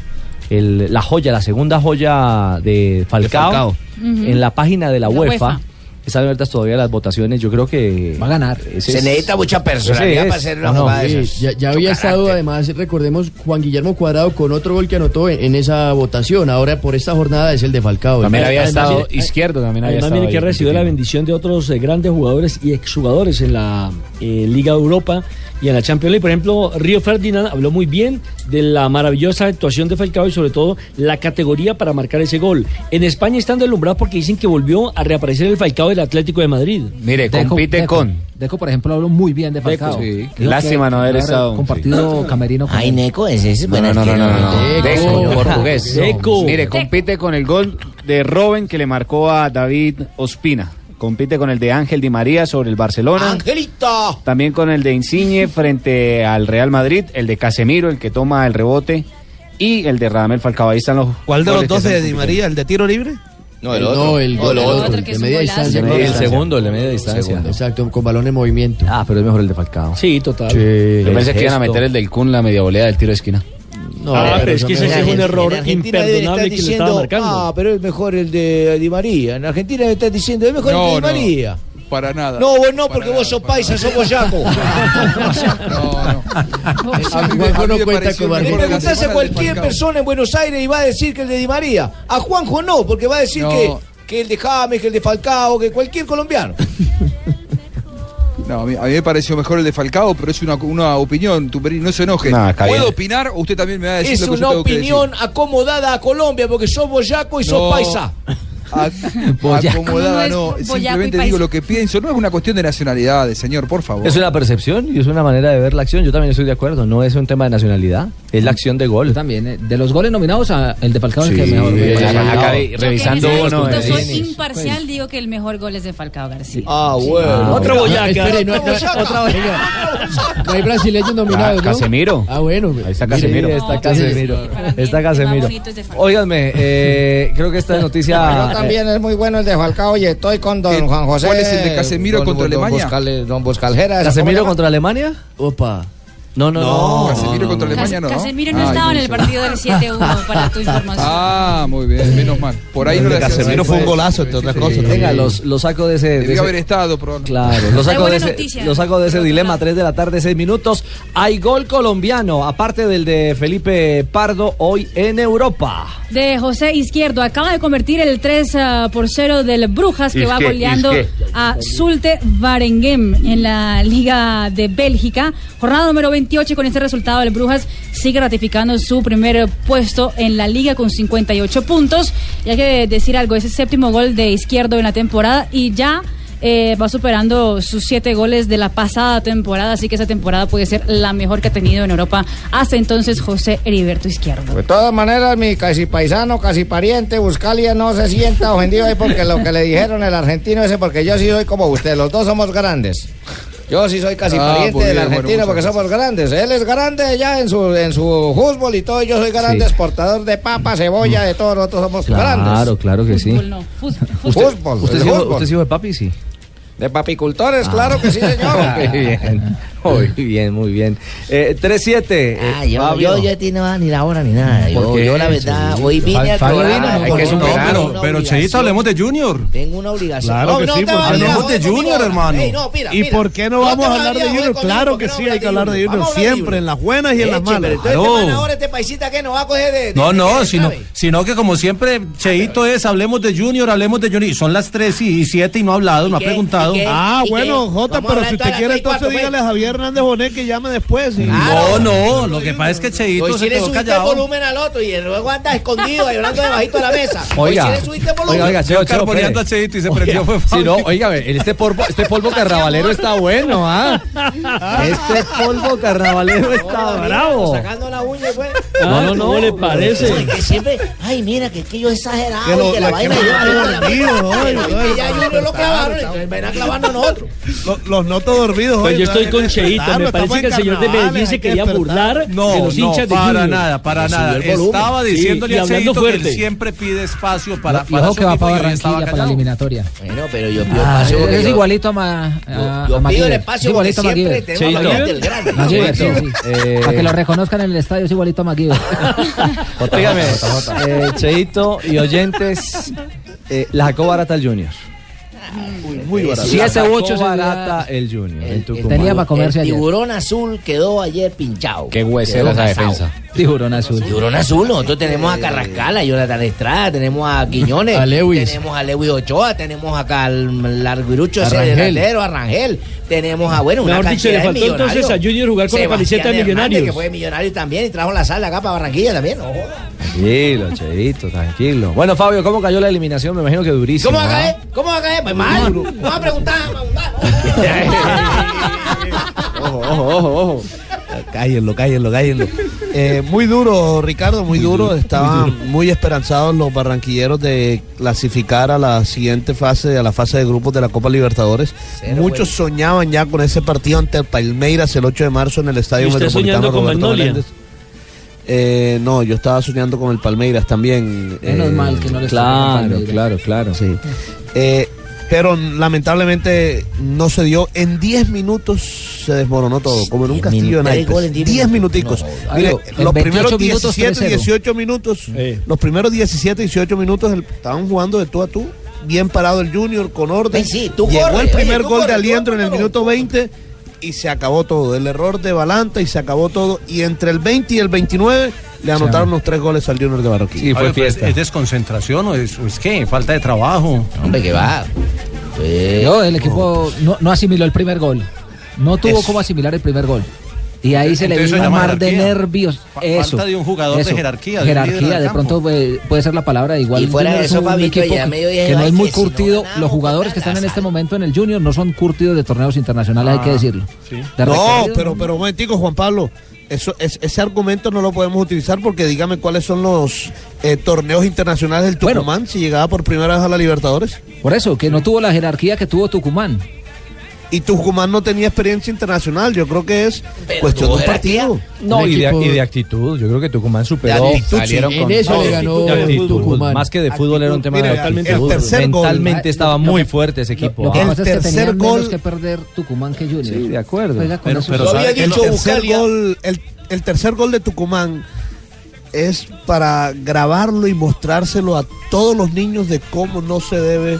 S9: El- la joya, la segunda joya de Falcao.
S5: Falcao.
S9: Ujú. En la página de la,
S5: La
S9: UEFA.
S5: UEFA.
S9: Están abiertas todavía las votaciones. Yo creo que. Va a ganar.
S13: Se necesita mucha personalidad para
S9: Ah,
S13: hacer una jugada de esas.
S21: ya ya había estado, además, recordemos, Juan Guillermo Cuadrado con otro gol que anotó en, en esa votación. Ahora, por esta jornada, es el de Falcao.
S5: También había
S21: Además,
S5: estado
S21: eh,
S5: izquierdo, también había
S21: además,
S5: estado.
S21: mire
S10: También que
S5: ahí.
S10: ha recibido la bendición de otros eh, grandes jugadores y exjugadores en la eh, Liga de Europa y en la Champions League. Por ejemplo, Río Ferdinand habló muy bien de la maravillosa actuación de Falcao y sobre todo la categoría para marcar ese gol. En España están deslumbrados porque dicen que volvió a reaparecer el Falcao del Atlético de Madrid.
S5: Mire, compite con.
S18: Deco, por ejemplo, habló muy bien de Falcao.
S5: sí.
S18: Dijo
S5: Lástima
S18: que
S5: no haber
S18: había
S5: estado,
S18: Compartido camerino con
S25: Ay,
S18: él.
S25: Neco, ese es
S5: No,
S25: buen
S5: no, no, no,
S25: arquero,
S5: no, no. Deco,
S25: señor.
S5: portugués. Mire, compite con el gol de Robben que le marcó a David Ospina. Compite con el de Ángel Di María sobre el Barcelona.
S13: ¡Angelito!
S5: También con el de Insigne frente al Real Madrid. El de Casemiro, el que toma el rebote. Y el de Radamel Falcao. Ahí están los.
S15: ¿Cuál de los
S5: goles que
S15: 12 de
S5: están
S15: Di
S5: compitiendo.
S15: María? ¿El de tiro libre?
S21: No, el No, el, gol, el otro, el de media distancia.
S9: El
S21: gol de distancia.
S9: segundo, el de media distancia.
S21: Segundo, Exacto, con balón en movimiento.
S9: Ah, pero es mejor el de Falcao.
S10: Sí, total.
S5: Yo pensé que iban a meter el del Kun la media volea del tiro de esquina.
S21: No,
S10: Ah, pero es que
S5: ese
S10: ese es un error
S13: En Argentina deben estar
S10: imperdonable que le
S13: diciendo,
S10: estaba marcando.
S13: Ah, pero es mejor el de Di María. En Argentina me estás diciendo, es mejor el de Di María.
S17: para nada.
S13: No, vos no, porque vos sos paisa,
S17: [LAUGHS]
S13: sos boyaco.
S17: A mí me- a mí me pareció
S13: Le
S17: mejor la
S13: preguntás a
S17: semana
S13: cualquier
S17: del Falcao.
S13: persona en Buenos Aires y va a decir que el de Di María. A Juanjo no, porque va a decir
S17: No.
S13: que, que el de James, que el de Falcao, que cualquier colombiano.
S17: No, a mí, a mí me pareció mejor el de Falcao, pero es una, una opinión, Tumberini, no se enoje.
S26: No, está
S17: ¿Puedo
S26: bien.
S17: opinar o usted también me va a decir
S13: Es
S17: lo que
S13: una
S17: yo tengo que decir?
S13: opinión acomodada a Colombia, porque sos boyaco y sos
S17: No.
S13: paisa.
S9: Boyaco.
S17: acomodada,
S13: No, no
S17: no.
S13: es boyaco
S17: Simplemente
S13: y
S17: digo
S13: paisa.
S17: lo que pienso. No es una cuestión de nacionalidades, señor, por favor.
S9: Es una percepción y es una manera de ver la acción. Yo también estoy de acuerdo. No es un tema de nacionalidad, es la acción de gol. También, eh, de los goles nominados, el de Falcao
S25: es el que mejor. Eh, acá re- revisando
S9: uno
S25: uno,
S9: de
S25: eh.
S9: Soy
S25: Martínez,
S11: imparcial, digo que el mejor gol es de Falcao García.
S25: Ah, bueno.
S21: Otra boyaca.
S25: espere,
S21: no, no, otra
S25: boyaca.
S21: No hay brasileños nominados, ¿no?
S5: Casemiro.
S21: Ah, bueno.
S5: Ahí está
S21: mire.
S5: Casemiro.
S9: Está Casemiro. Está Casemiro. Óiganme, eh, creo que esta noticia.
S16: Yo también es muy bueno el de Falcao. Oye, estoy con don Juan José.
S9: Eh, cuál es el de Casemiro
S16: don-
S9: contra
S16: don
S9: Alemania?
S16: Boscal- don Boscaljera.
S9: ¿Casemiro contra Alemania? Opa. No, no, no.
S17: Casemiro contra
S11: Cas-
S17: Alemania no.
S11: Casemiro no
S17: Ay,
S11: estaba en
S17: no
S11: el
S17: sé.
S11: partido del 7-1, para tu [LAUGHS] información.
S17: Ah, muy bien, menos mal. Por ahí no le
S9: Casemiro fue un golazo, entre otras cosas. Venga, los, lo saco de ese. de
S17: Debería
S9: ese-
S17: haber estado, probablemente.
S9: Claro, lo
S17: Hay
S9: saco, de
S17: buena
S9: ese,
S17: noticia.
S9: lo saco de ese dilema, 3 de la tarde, 6 minutos. Hay gol colombiano, aparte del de Felipe Pardo, hoy en Europa.
S11: De José Izquierdo, acaba de convertir el 3 ah, por 0 del Brujas que va
S9: Izquierdo,
S11: goleando
S9: Izquierdo.
S11: a Zulte Varenguem en la Liga de Bélgica. Jornada número 28 y con este resultado el Brujas sigue ratificando su primer puesto en la liga con 58 puntos. Y hay que decir algo, ese séptimo gol de Izquierdo en la temporada y ya eh, va superando sus siete goles de la pasada temporada, así que esa temporada puede ser la mejor que ha tenido en Europa hasta entonces José Heriberto Izquierdo.
S16: De todas maneras, mi casi paisano, casi pariente, Buscalia no se sienta ofendido ahí porque lo que le dijeron el argentino ese, porque yo sí soy como usted, los dos somos grandes. Yo sí soy casi
S13: Ah,
S27: pues
S16: pariente
S13: muy bien,
S16: del
S13: bueno,
S16: argentino
S13: muchas
S16: porque somos grandes. Él es grande ya en su, en su fútbol y todo, y yo soy grande
S9: Sí.
S16: exportador de papa, cebolla, de todo, nosotros somos grandes.
S9: Claro, claro que sí.
S16: Fútbol, fútbol,
S9: ¿Usted,
S16: el
S9: es hijo,
S16: fútbol.
S9: usted es hijo de papi? Sí.
S16: De papicultores, claro que
S9: [LAUGHS]
S16: sí, señor.
S9: Muy bien, muy bien, muy bien. Eh, 3-7. eh,
S25: Ah, yo,
S9: Fabio.
S25: yo, yo a ti no va ah, ni la hora ni nada. Yo,
S9: ¿Por qué?
S25: yo la verdad, hoy vine al
S8: Fabio
S25: programa.
S8: vino,
S25: Hay Ah, que
S8: no,
S25: superar
S8: pero-
S25: una
S8: pero Cheito,
S25: obligación.
S8: hablemos de Junior.
S25: Tengo una obligación.
S8: Claro que sí, ¿por qué no? Hablemos de Junior, hermano. ¿Y por qué no, vamos a hablar de Junior? Claro que sí, hay que hablar de Junior. Siempre, en las buenas y en las
S13: Eche, pero
S8: malas.
S13: entonces
S8: Claro.
S13: te van
S8: No,
S13: ahora este paisita que nos va a coger de... de-
S8: no, sino, sino que como siempre, Cheito es, hablemos de Junior, hablemos de Junior. Y son las 3 y 7 y no ha hablado, no ha
S25: qué?
S8: preguntado.
S25: ¿Y qué?
S8: Ah,
S25: ¿Y
S8: bueno,
S25: qué?
S8: Jota,
S25: Vamos a
S8: pero
S25: hablar todas
S8: si usted
S25: las
S8: quiere,
S25: tres y pues. cuarto,
S8: entonces dígale a Javier Hernández Bonet que llame después. y- Claro. No, no, lo que pasa es que
S25: Hoy
S8: Cheito
S25: si
S8: se
S25: le
S8: quedó
S25: subiste el
S8: callado.
S25: volumen al otro y luego andas escondido ahí hablando debajito de la mesa.
S9: Oiga,
S25: Hoy si le subiste el volumen.
S9: oiga, oiga, Cheo, Cheo,
S8: carboneando
S9: espere.
S8: a Cheito y se prendió,
S9: Oiga,
S8: fue
S9: sí,
S8: Fabio.
S9: no, oiga, ve, este polvo, este polvo carnavalero está bueno, ¿ah? Este polvo carnavalero está bravo.
S25: pues, Sacando la uña, güey.
S9: No, no, no. Ah, le
S25: Ay, que siempre, ay, mira, que es que yo exagerado,
S9: Que
S25: que,
S9: lo-
S25: la,
S9: la
S25: vaina
S9: que
S25: yo. yo-
S9: me quedo dormido,
S25: Pero
S9: oye,
S25: es que
S9: oye,
S25: ya Junior lo clavaron, entonces ven a clavarnos nosotros.
S8: Lo- Los noto dormidos.
S10: Pues
S8: hoy,
S10: yo estoy
S8: ¿no? este
S10: con Cheito,
S8: Claro,
S10: me parece
S8: estamos
S10: que el
S8: en
S10: señor de
S8: carnavales,
S10: Medellín se
S8: hay que
S10: quería
S8: despertar.
S10: burlar
S8: no,
S10: de los
S8: no,
S10: hinchas de
S8: para
S10: Junior.
S8: nada, para
S10: Le
S8: nada.
S10: subió el volumen.
S8: Estaba
S10: Sí,
S8: diciéndole
S10: y
S8: a
S10: hablando
S8: Cheito que él
S10: fuerte.
S8: siempre pide espacio
S18: Y
S8: para,
S18: y ojo
S8: su
S18: que va
S8: equipo
S18: para
S8: y él
S18: Barranquilla,
S8: estaba
S18: para la
S8: callado.
S18: eliminatoria.
S25: Bueno, pero yo pido
S18: Ah,
S25: espacio porque
S18: es
S25: yo-
S18: igualito a, Ma- a,
S25: yo
S18: a
S25: pido el
S18: MacGyver.
S25: espacio
S18: igualito a
S25: porque siempre
S18: MacGyver.
S25: tenemos
S18: Sí,
S25: a
S18: ¿no?
S25: MacGyver, el grande.
S18: MacGyver, sí, sí.
S9: Eh,
S18: Para que lo reconozcan en el estadio es igualito
S5: [LAUGHS]
S18: a MacGyver.
S9: Óigame, eh, Cheito y oyentes, eh, la sacó barata el Junior.
S25: muy
S9: barata.
S25: Sí, ese
S9: La sacó
S25: ocho se
S9: barata el Junior. en Tucumán. Eh,
S25: El tiburón azul quedó ayer pinchado.
S9: Qué
S25: huesera esa defensa.
S18: Tiburón azul.
S25: Tiburón azul, nosotros tenemos a Carrascala, Jonathan Estrada, tenemos a Quiñones,
S21: A Lewis.
S25: tenemos a Lewis Ochoa, tenemos acá al larguirucho ese
S21: Arrangel.
S25: delantero, a Rangel, tenemos a, bueno, una
S10: Mejor dicho,
S25: cantidad
S10: le
S25: de
S10: faltó
S25: millonarios.
S10: entonces a Junior jugar con la
S25: Sebastián
S10: camiseta de
S25: Hernández,
S10: Millonarios.
S25: que fue de Millonarios también y trajo la sala acá para Barranquilla también, no jodas.
S9: Tranquilo, Cheito, tranquilo. Bueno, Fabio, ¿cómo cayó la eliminación? Me imagino que durísimo.
S25: ¿Cómo va a
S9: ¿ah?
S25: caer? ¿Cómo va a caer? Pues mal. Vamos a preguntar.
S8: Ojo, ojo, ojo. Cállenlo, cállenlo, cállenlo. Eh, muy duro, Ricardo, muy duro. Estaban muy esperanzados los barranquilleros de clasificar a la siguiente fase, a la fase de grupos de la Copa Libertadores. Muchos soñaban ya con ese partido ante el Palmeiras el 8 de marzo en el Estadio
S10: ¿Y usted
S8: Metropolitano
S10: soñando con
S8: Roberto
S10: Magnolia?
S8: Meléndez. Eh, no, yo estaba soñando con el Palmeiras también.
S18: Menos
S8: eh,
S18: mal que no le está
S8: Claro,
S18: tocando el
S8: claro, claro. Sí. Eh, pero lamentablemente no se dio. En 10 minutos se desmoronó todo, como en un castillo de
S25: minutos, tres goles
S8: naipes.
S25: en diez
S8: 10 minuticos.
S25: No,
S8: Mire,
S25: algo, en
S8: los
S25: 28
S8: primeros
S25: minutos,
S8: 17,
S25: 3-0.
S8: 18 minutos, los primeros 17, 18 minutos el- estaban jugando de tú a tú. bien parado el Junior con orden.
S13: Ven, sí, tú
S8: Llegó
S13: corre,
S8: el primer
S13: oye, tú
S8: gol
S13: corre,
S8: de
S13: tú
S8: Aliendro en el
S13: corre.
S8: minuto 20 y se acabó todo. El error de Balanta y se acabó todo. Y entre el 20 y el 29 le anotaron los tres goles al Junior de Barranquilla.
S26: A ver,
S20: pues,
S26: pero ¿es- ¿Es desconcentración o es, o es qué? ¿Falta de trabajo?
S25: Hombre, que va.
S26: Eh,
S18: No, el equipo no, no asimiló el primer gol. No tuvo cómo asimilar el primer gol. Y ahí se le
S26: Entonces eso
S18: vino un
S26: llama
S18: mar de
S26: jerarquía.
S18: nervios.
S26: Fa-
S18: eso,
S26: falta de un jugador de jerarquía, de un líder
S18: jerarquía,
S26: del
S18: de
S26: campo.
S18: pronto puede, puede ser la palabra. Igual
S25: Y fuera
S18: Junior
S25: de
S18: es
S25: eso,
S18: un
S25: Fabito,
S18: equipo
S25: ya
S18: que-
S25: a mediodía
S18: que
S25: dijo,
S18: no
S25: "Ay,
S18: es
S25: que
S18: muy
S25: si no
S18: curtido.
S25: ganamos,
S18: los jugadores que están en este momento en el Junior no son curtidos de torneos internacionales,
S26: Ah,
S18: hay que decirlo. De
S8: No,
S18: recorrido,
S8: pero, pero un momentico, Juan Pablo. Eso, es- ese argumento no lo podemos utilizar porque dígame cuáles son los eh, torneos internacionales del Tucumán si llegaba por primera vez a la Libertadores.
S18: Por eso, que no tuvo la jerarquía que tuvo Tucumán.
S8: Y Tucumán no tenía experiencia internacional, yo creo que es cuestión de un partido.
S6: No, y de, y de actitud. Yo creo que Tucumán superó.
S8: De actitud, sí, en eso le
S6: de
S8: ganó
S6: actitud, de actitud.
S8: Tucumán.
S6: Más que de fútbol era un tema
S18: Mira,
S6: de actitud.
S18: el tercer gol.
S6: Mentalmente estaba
S18: Lo- lo
S6: muy
S18: que-
S6: fuerte ese equipo.
S18: Lo que
S6: Ah.
S18: pasa es que tenían menos que perder Tucumán que Junior.
S6: Sí, de acuerdo.
S18: Juega con
S6: Pero-
S18: esos-
S6: pero
S8: Lo había dicho el, tercer
S18: Buscalia.
S8: gol, el, el tercer gol de Tucumán es para grabarlo y mostrárselo a todos los niños de cómo no se debe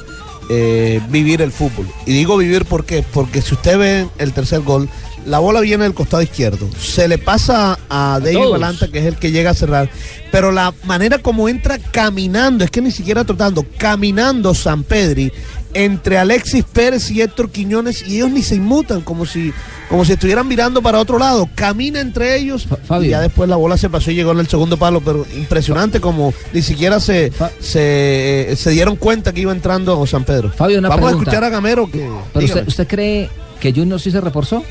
S8: eh, vivir el fútbol. Y digo vivir ¿por qué? porque si usted ve el tercer gol, la bola viene del costado izquierdo, se le pasa a David
S7: todos.
S8: Balanta, que es el que llega a cerrar, pero la manera como entra caminando, es que ni siquiera tratando, caminando San Pedri entre Alexis Pérez y Héctor Quiñones y ellos ni se inmutan como si como si estuvieran mirando para otro lado, camina entre ellos y ya después la bola se pasó y llegó en el segundo palo, pero impresionante como ni siquiera se se, eh, se dieron cuenta que iba entrando San Pedro.
S18: Fabio, una
S8: Vamos
S18: pregunta.
S8: a escuchar a Gamero que
S18: Pero
S8: dígame.
S18: usted, ¿usted cree que Junior sí se reforzó?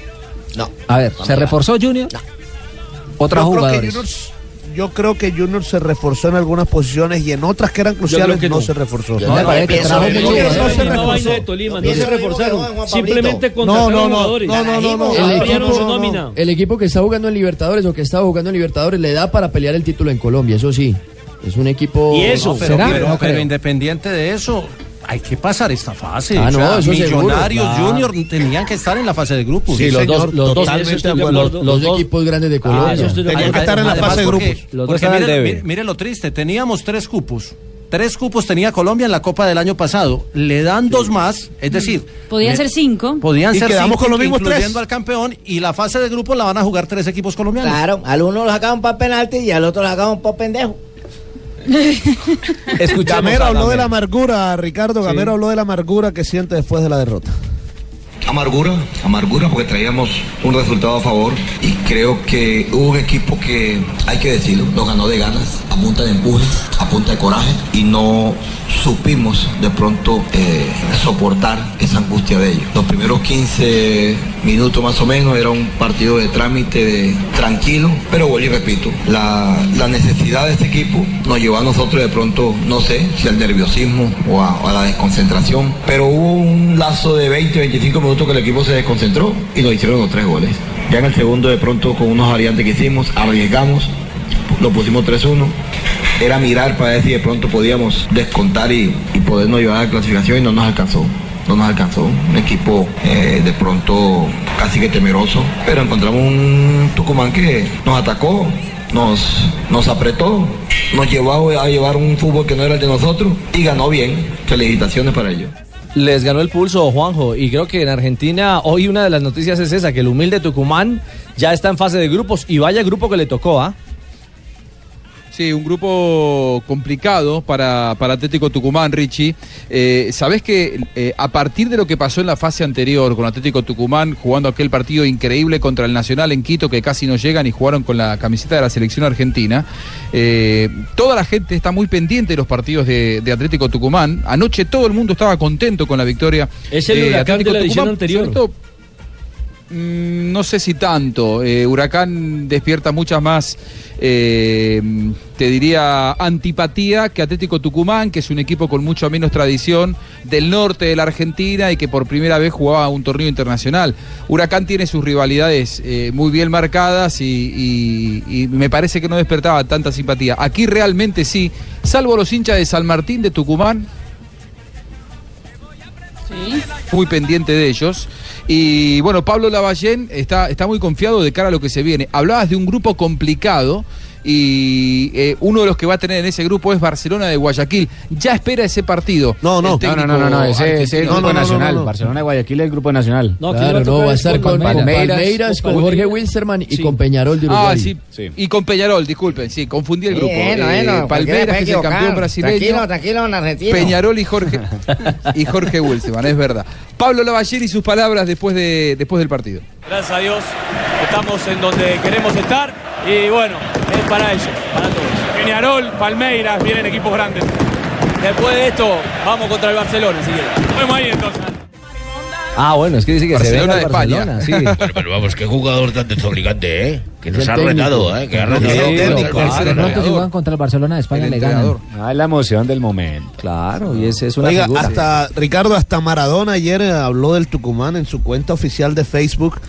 S8: No.
S18: A ver,
S8: No
S18: ¿se
S8: me
S18: reforzó Junior? Otros
S8: Yo creo que
S18: jugadores.
S8: Junior s- yo creo que Junior se reforzó en algunas posiciones y en otras que eran cruciales no. se reforzó.
S18: No, me parece que
S8: Pienso
S18: trajo
S8: lo
S18: mucho
S8: mismo que
S18: jugador.
S8: no se
S18: Una
S8: reforzó.
S10: vaina de Tolima, no
S8: Pienso
S10: se
S8: lo mismo que
S10: reforzaron.
S8: Juan Pablito.
S10: Simplemente contrataron
S8: No, no, no.
S10: jugadores.
S8: No, no, no, no.
S10: El
S8: El
S10: ampliaron
S8: equipo-
S10: su
S8: no, no.
S10: nómina.
S21: El equipo que está jugando en Libertadores o que estaba jugando en Libertadores le da para pelear el título en Colombia, eso sí. Es un equipo.
S26: No, pero, pero- pero independiente de eso, hay que pasar esta fase.
S21: Ah,
S26: O sea,
S21: no, eso seguro,
S26: Millonarios
S21: claro.
S26: Junior tenían que estar en la fase de grupos.
S21: Sí, los dos-
S26: señor,
S21: los dos,
S26: totalmente
S21: eso estoy de
S26: acuerdo.
S21: acuerdo. Los dos equipos grandes de Colombia.
S26: Claro.
S21: Eso estoy de
S26: Tenían
S21: acuerdo.
S26: que estar en la
S21: Además,
S26: fase de
S21: porque-
S26: grupos.
S21: los dos
S26: Porque
S21: están al
S26: mire,
S21: debe.
S26: mire- mire lo triste, teníamos tres cupos. Tres cupos tenía Colombia en la Copa del año pasado. Le dan dos más, es decir,
S11: Podían
S26: le-
S11: ser cinco.
S26: podían
S11: Y
S26: ser
S11: quedamos
S26: cinco,
S11: con los mismos tres.
S26: incluyendo al campeón y la fase de grupos la van a jugar tres equipos colombianos.
S13: Claro, al uno lo sacaban para penalti y al otro lo sacaban
S24: [LAUGHS]
S13: para pendejo.
S8: Gamero habló de la
S13: mano.
S8: amargura, Ricardo Gamero habló de la amargura que siente después de la derrota.
S14: Amargura, amargura porque traíamos un resultado a favor y creo que hubo un equipo que, hay que decirlo, lo ganó de ganas, a punta de empujes, a punta de coraje y no supimos de pronto eh, soportar esa angustia de ellos. Los primeros 15 minutos más o menos era un partido de trámite de- tranquilo, pero vuelvo y repito, la, la necesidad de este equipo nos llevó a nosotros de pronto, no sé, si al nerviosismo o a, o a la desconcentración, pero hubo un lazo de 20, 25 minutos que el equipo se desconcentró y nos hicieron los tres goles. Ya en el segundo de pronto con unos variantes que hicimos, arriesgamos, lo pusimos 3-1. Era mirar para ver si de pronto podíamos descontar y, y podernos llevar a la clasificación y no nos alcanzó. No nos alcanzó. Un equipo eh, de pronto casi que temeroso. Pero encontramos un Tucumán que nos atacó, nos, nos apretó, nos llevó a, a llevar un fútbol que no era el de nosotros y ganó bien. Felicitaciones para ellos.
S6: Les ganó el pulso Juanjo y creo que en Argentina hoy una de las noticias es esa, que el humilde Tucumán ya está en fase de grupos y vaya grupo que le tocó, ¿ah?
S17: Sí, un grupo complicado para, para Atlético Tucumán, Richie. Eh, Sabes que eh, a partir de lo que pasó en la fase anterior con Atlético Tucumán, jugando aquel partido increíble contra el Nacional en Quito, que casi no llegan y jugaron con la camiseta de la selección argentina, eh, toda la gente está muy pendiente de los partidos de, de Atlético Tucumán. Anoche todo el mundo estaba contento con la victoria.
S10: Es el
S17: de
S10: huracán de
S17: Atlético
S10: la edición
S17: Tucumán,
S10: anterior.
S17: sobre todo Mm, No sé si tanto. Eh, Huracán despierta muchas más, eh, te diría, antipatía que Atlético Tucumán, que es un equipo con mucho menos tradición del norte de la Argentina y que por primera vez jugaba un torneo internacional. Huracán tiene sus rivalidades eh, muy bien marcadas y, y- y me parece que no despertaba tanta simpatía. Aquí realmente sí, salvo los hinchas de San Martín de Tucumán, muy pendiente de ellos. Y bueno, Pablo Lavallén está, está muy confiado de cara a lo que se viene. Hablabas de un grupo complicado y eh, uno de los que va a tener en ese grupo es Barcelona de Guayaquil. Ya espera ese partido.
S5: No,
S17: el
S5: no, no, no,
S17: técnico
S5: no, no, no, ese, ese es el
S17: argentino.
S5: grupo nacional. Barcelona de Guayaquil es el grupo nacional.
S17: No, ¿quién le va a
S21: Claro, no,
S17: tocar
S21: va a
S17: es
S21: estar
S17: con
S21: con
S17: Palmeiras,
S21: Palmeiras,
S17: con
S21: con Jorge Wilstermann y con Peñarol de Uruguay.
S17: Ah, sí. Y con Peñarol, disculpen, sí, confundí el
S16: Sí,
S17: grupo.
S16: eh, no,
S17: Eh,
S16: eh, no, cualquiera
S17: Palmeiras,
S16: puede
S17: que es el campeón
S16: equivocar.
S17: brasileño.
S16: Tranquilo, tranquilo, don argentino.
S17: Peñarol y Jorge y Jorge Wilstermann, es verdad. Pablo Lavalle y sus palabras después de después del partido.
S24: Gracias a Dios estamos en donde queremos estar y bueno, es para ellos, para todos. Peñarol, Palmeiras, vienen equipos grandes. Después de esto, vamos contra el Barcelona, si quieren. Nos vemos ahí entonces.
S9: Ah, bueno, es que dice que se
S13: Barcelona
S9: venga
S13: de
S9: al
S13: España.
S9: Barcelona, sí.
S13: Pero, pero vamos, qué jugador tan desobligante, ¿eh? Que
S9: Es
S13: nos
S9: el
S13: ha
S9: técnico.
S13: retado, ¿eh? Que ha
S9: Es el
S13: retado.
S9: técnico,
S13: al
S9: ah,
S13: Barcelona.
S9: de pronto
S18: Si juegan contra el Barcelona de España, le ganan.
S5: Ah, es la emoción del momento.
S9: Claro, y ese es
S8: Oiga, hasta Ricardo, hasta Maradona ayer eh, habló del Tucumán en su cuenta oficial de Facebook.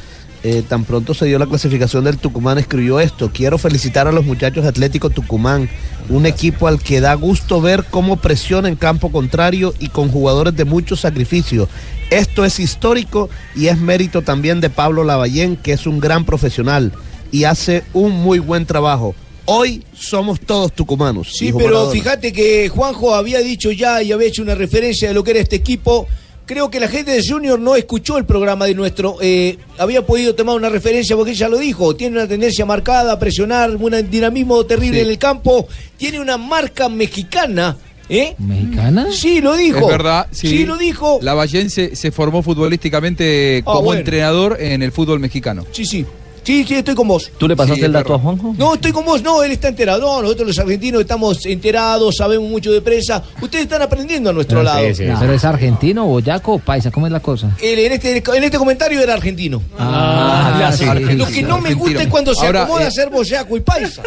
S8: Eh, tan pronto se dio la clasificación del Tucumán, escribió esto. Quiero felicitar a los muchachos de Atlético Tucumán, un equipo al que da gusto ver cómo presiona en campo contrario y con jugadores de mucho sacrificio. Esto es histórico y es mérito también de Pablo Lavallén, que es un gran profesional y hace un muy buen trabajo. Hoy somos todos tucumanos.
S27: Sí,
S8: dijo
S27: pero
S8: Maradona.
S27: fíjate que Juanjo había dicho ya y había hecho una referencia de lo que era este equipo. Creo que la gente de Junior no escuchó el programa de nuestro. eh, había podido tomar una referencia porque ella lo dijo. Tiene una tendencia marcada a presionar, un dinamismo terrible en el campo. Tiene una marca mexicana. ¿Eh?
S17: ¿Mexicana?
S27: Sí, lo dijo.
S17: Es verdad, sí.
S27: Sí, lo dijo.
S17: Lavallén se, se formó futbolísticamente
S27: Ah,
S17: como
S27: bueno.
S17: entrenador en el fútbol mexicano.
S27: Sí, sí. Sí, sí, estoy con vos.
S17: ¿Tú le pasaste el dato a Juanjo?
S27: No, estoy con vos, no, él está enterado. No, nosotros los argentinos estamos enterados, sabemos mucho de prensa. Ustedes están aprendiendo a nuestro
S18: No,
S27: lado.
S18: no, pero es argentino, boyaco, paisa, ¿cómo es la cosa?
S27: Él en, este, en este comentario era argentino.
S18: Ah, ya sé.
S27: Lo que no me gusta es cuando se
S17: Ahora,
S27: acomoda
S17: eh,
S27: ser boyaco y paisa.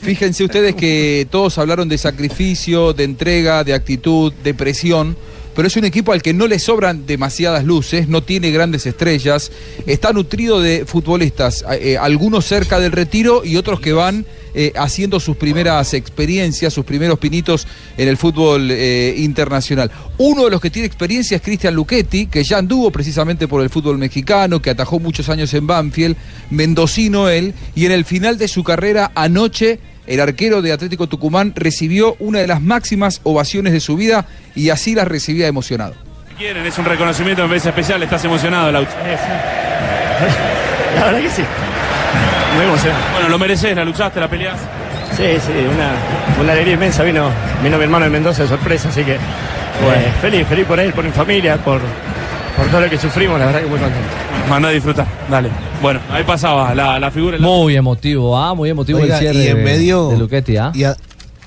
S17: Fíjense ustedes que todos hablaron de sacrificio, de entrega, de actitud, de presión. Pero es un equipo al que no le sobran demasiadas luces, no tiene grandes estrellas, está nutrido de futbolistas, eh, eh, algunos cerca del retiro y otros que van eh, haciendo sus primeras experiencias, sus primeros pinitos en el fútbol eh, internacional. Uno de los que tiene experiencia es Cristian Luchetti, que ya anduvo precisamente por el fútbol mexicano, que atajó muchos años en Banfield, mendocino él, y en el final de su carrera anoche el arquero de Atlético Tucumán recibió una de las máximas ovaciones de su vida y así las recibía emocionado.
S24: Quieren, es un reconocimiento en vez especial, estás emocionado, Lauch.
S28: La verdad que sí. Muy emocionante.
S24: Bueno, lo mereces, la luchaste, la peleas.
S28: Sí, sí, una, una alegría inmensa. Vino, vino mi hermano de Mendoza de sorpresa, así que
S24: Bueno.
S28: eh, feliz, feliz por él, por mi familia, por, por todo lo que sufrimos. La verdad que muy contento.
S24: Manda a disfrutar, dale. Bueno, ahí pasaba la, la figura.
S9: Muy emotivo, ah, muy emotivo
S8: Oiga,
S9: el cierre
S8: y en
S9: de-
S8: medio-
S9: de Luchetti, ¿ah?
S8: Y a-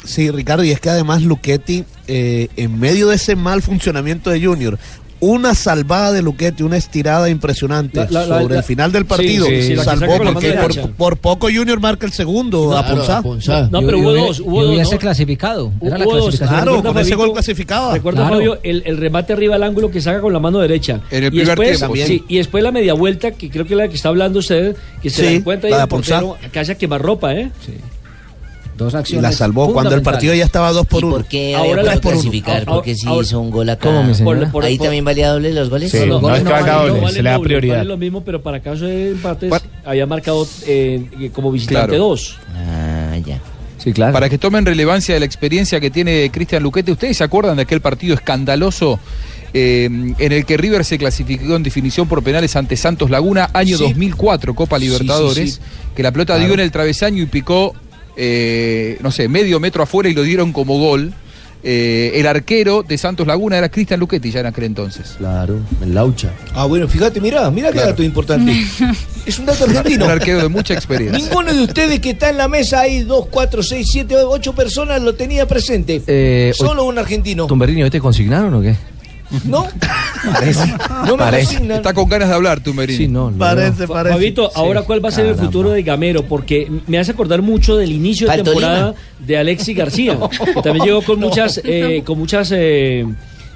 S8: sí, Ricardo, y es que además Luchetti, eh, en medio de ese mal funcionamiento de Junior, una salvada de Luchetti, una estirada impresionante La- la- la- sobre la- el final del sí, partido. sí, sí, la que salvó saca con la porque mano por, derecha. por poco Junior marca el segundo Claro, a Ponzá. a Ponzá.
S10: No, pero
S8: Y
S10: hubo
S8: hubiera-
S10: dos, hubo
S8: y
S10: dos,
S8: hubiese
S10: ¿no?
S18: clasificado.
S10: Era
S18: la clasificación.
S10: Claro,
S8: Claro, con ese
S10: Fabito,
S8: gol clasificaba.
S10: Recuerdo,
S8: Claro.
S10: Fabio, el, el remate arriba al ángulo que saca con la mano derecha.
S8: En el
S10: y
S8: primer
S10: después,
S8: tiempo, bien.
S10: sí, y después la media vuelta, que creo que es la que está hablando usted, que se
S8: Sí,
S10: da cuenta y
S8: la de
S10: el portero casi a quemar ropa, ¿eh?
S18: Dos
S8: Y la salvó cuando el partido ya estaba 2 por 1.
S26: ¿Por qué había podido clasificar? Porque si hizo un gol acá.
S8: ¿Cómo, mi señora? Por- por-
S26: Ahí
S8: por-
S26: también valía doble los goles.
S8: Sí,
S10: Los
S26: Los
S10: goles
S26: goles
S10: valen-
S26: valen
S10: valen doble, valen lo mismo, pero para caso de empates había marcado eh, como visitante
S17: Claro.
S10: dos.
S17: Ah, ya. Para que tomen relevancia de la experiencia que tiene Cristian Luquete, ¿ustedes se acuerdan de aquel partido escandaloso eh, en el que River se clasificó en definición por penales ante Santos Laguna, año
S8: Sí.
S17: 2004, Copa
S8: Sí, sí,
S17: Libertadores?
S8: sí.
S17: Que la pelota dio en el travesaño y picó, eh, no sé, medio metro afuera y lo dieron como gol. Eh, el arquero de Santos Laguna era Cristian Luquetti ya en aquel entonces.
S27: Claro, el laucha. Ah, bueno, fíjate, mirá, mirá qué
S17: Claro.
S27: dato importante. [LAUGHS] es un dato argentino.
S17: Un arquero de mucha experiencia.
S27: Ninguno de ustedes que está en la mesa ahí, dos, cuatro, seis, siete, ocho personas lo tenía presente.
S9: Eh,
S27: Solo
S9: hoy-
S27: un argentino.
S9: Tumberini, ¿hoy te consignaron o qué?
S27: No,
S9: [LAUGHS]
S27: no me
S9: Parece.
S27: consignan.
S17: Está con ganas de hablar, Tumberini.
S9: Sí, no, no.
S10: Fa- Fabito, ahora cuál va a ser el futuro de Gamero, porque me hace acordar mucho del inicio de
S26: Para el
S10: temporada
S26: Tolima.
S10: de Alexis
S18: [LAUGHS]
S10: García. que También llegó con muchas, eh, con muchas, eh,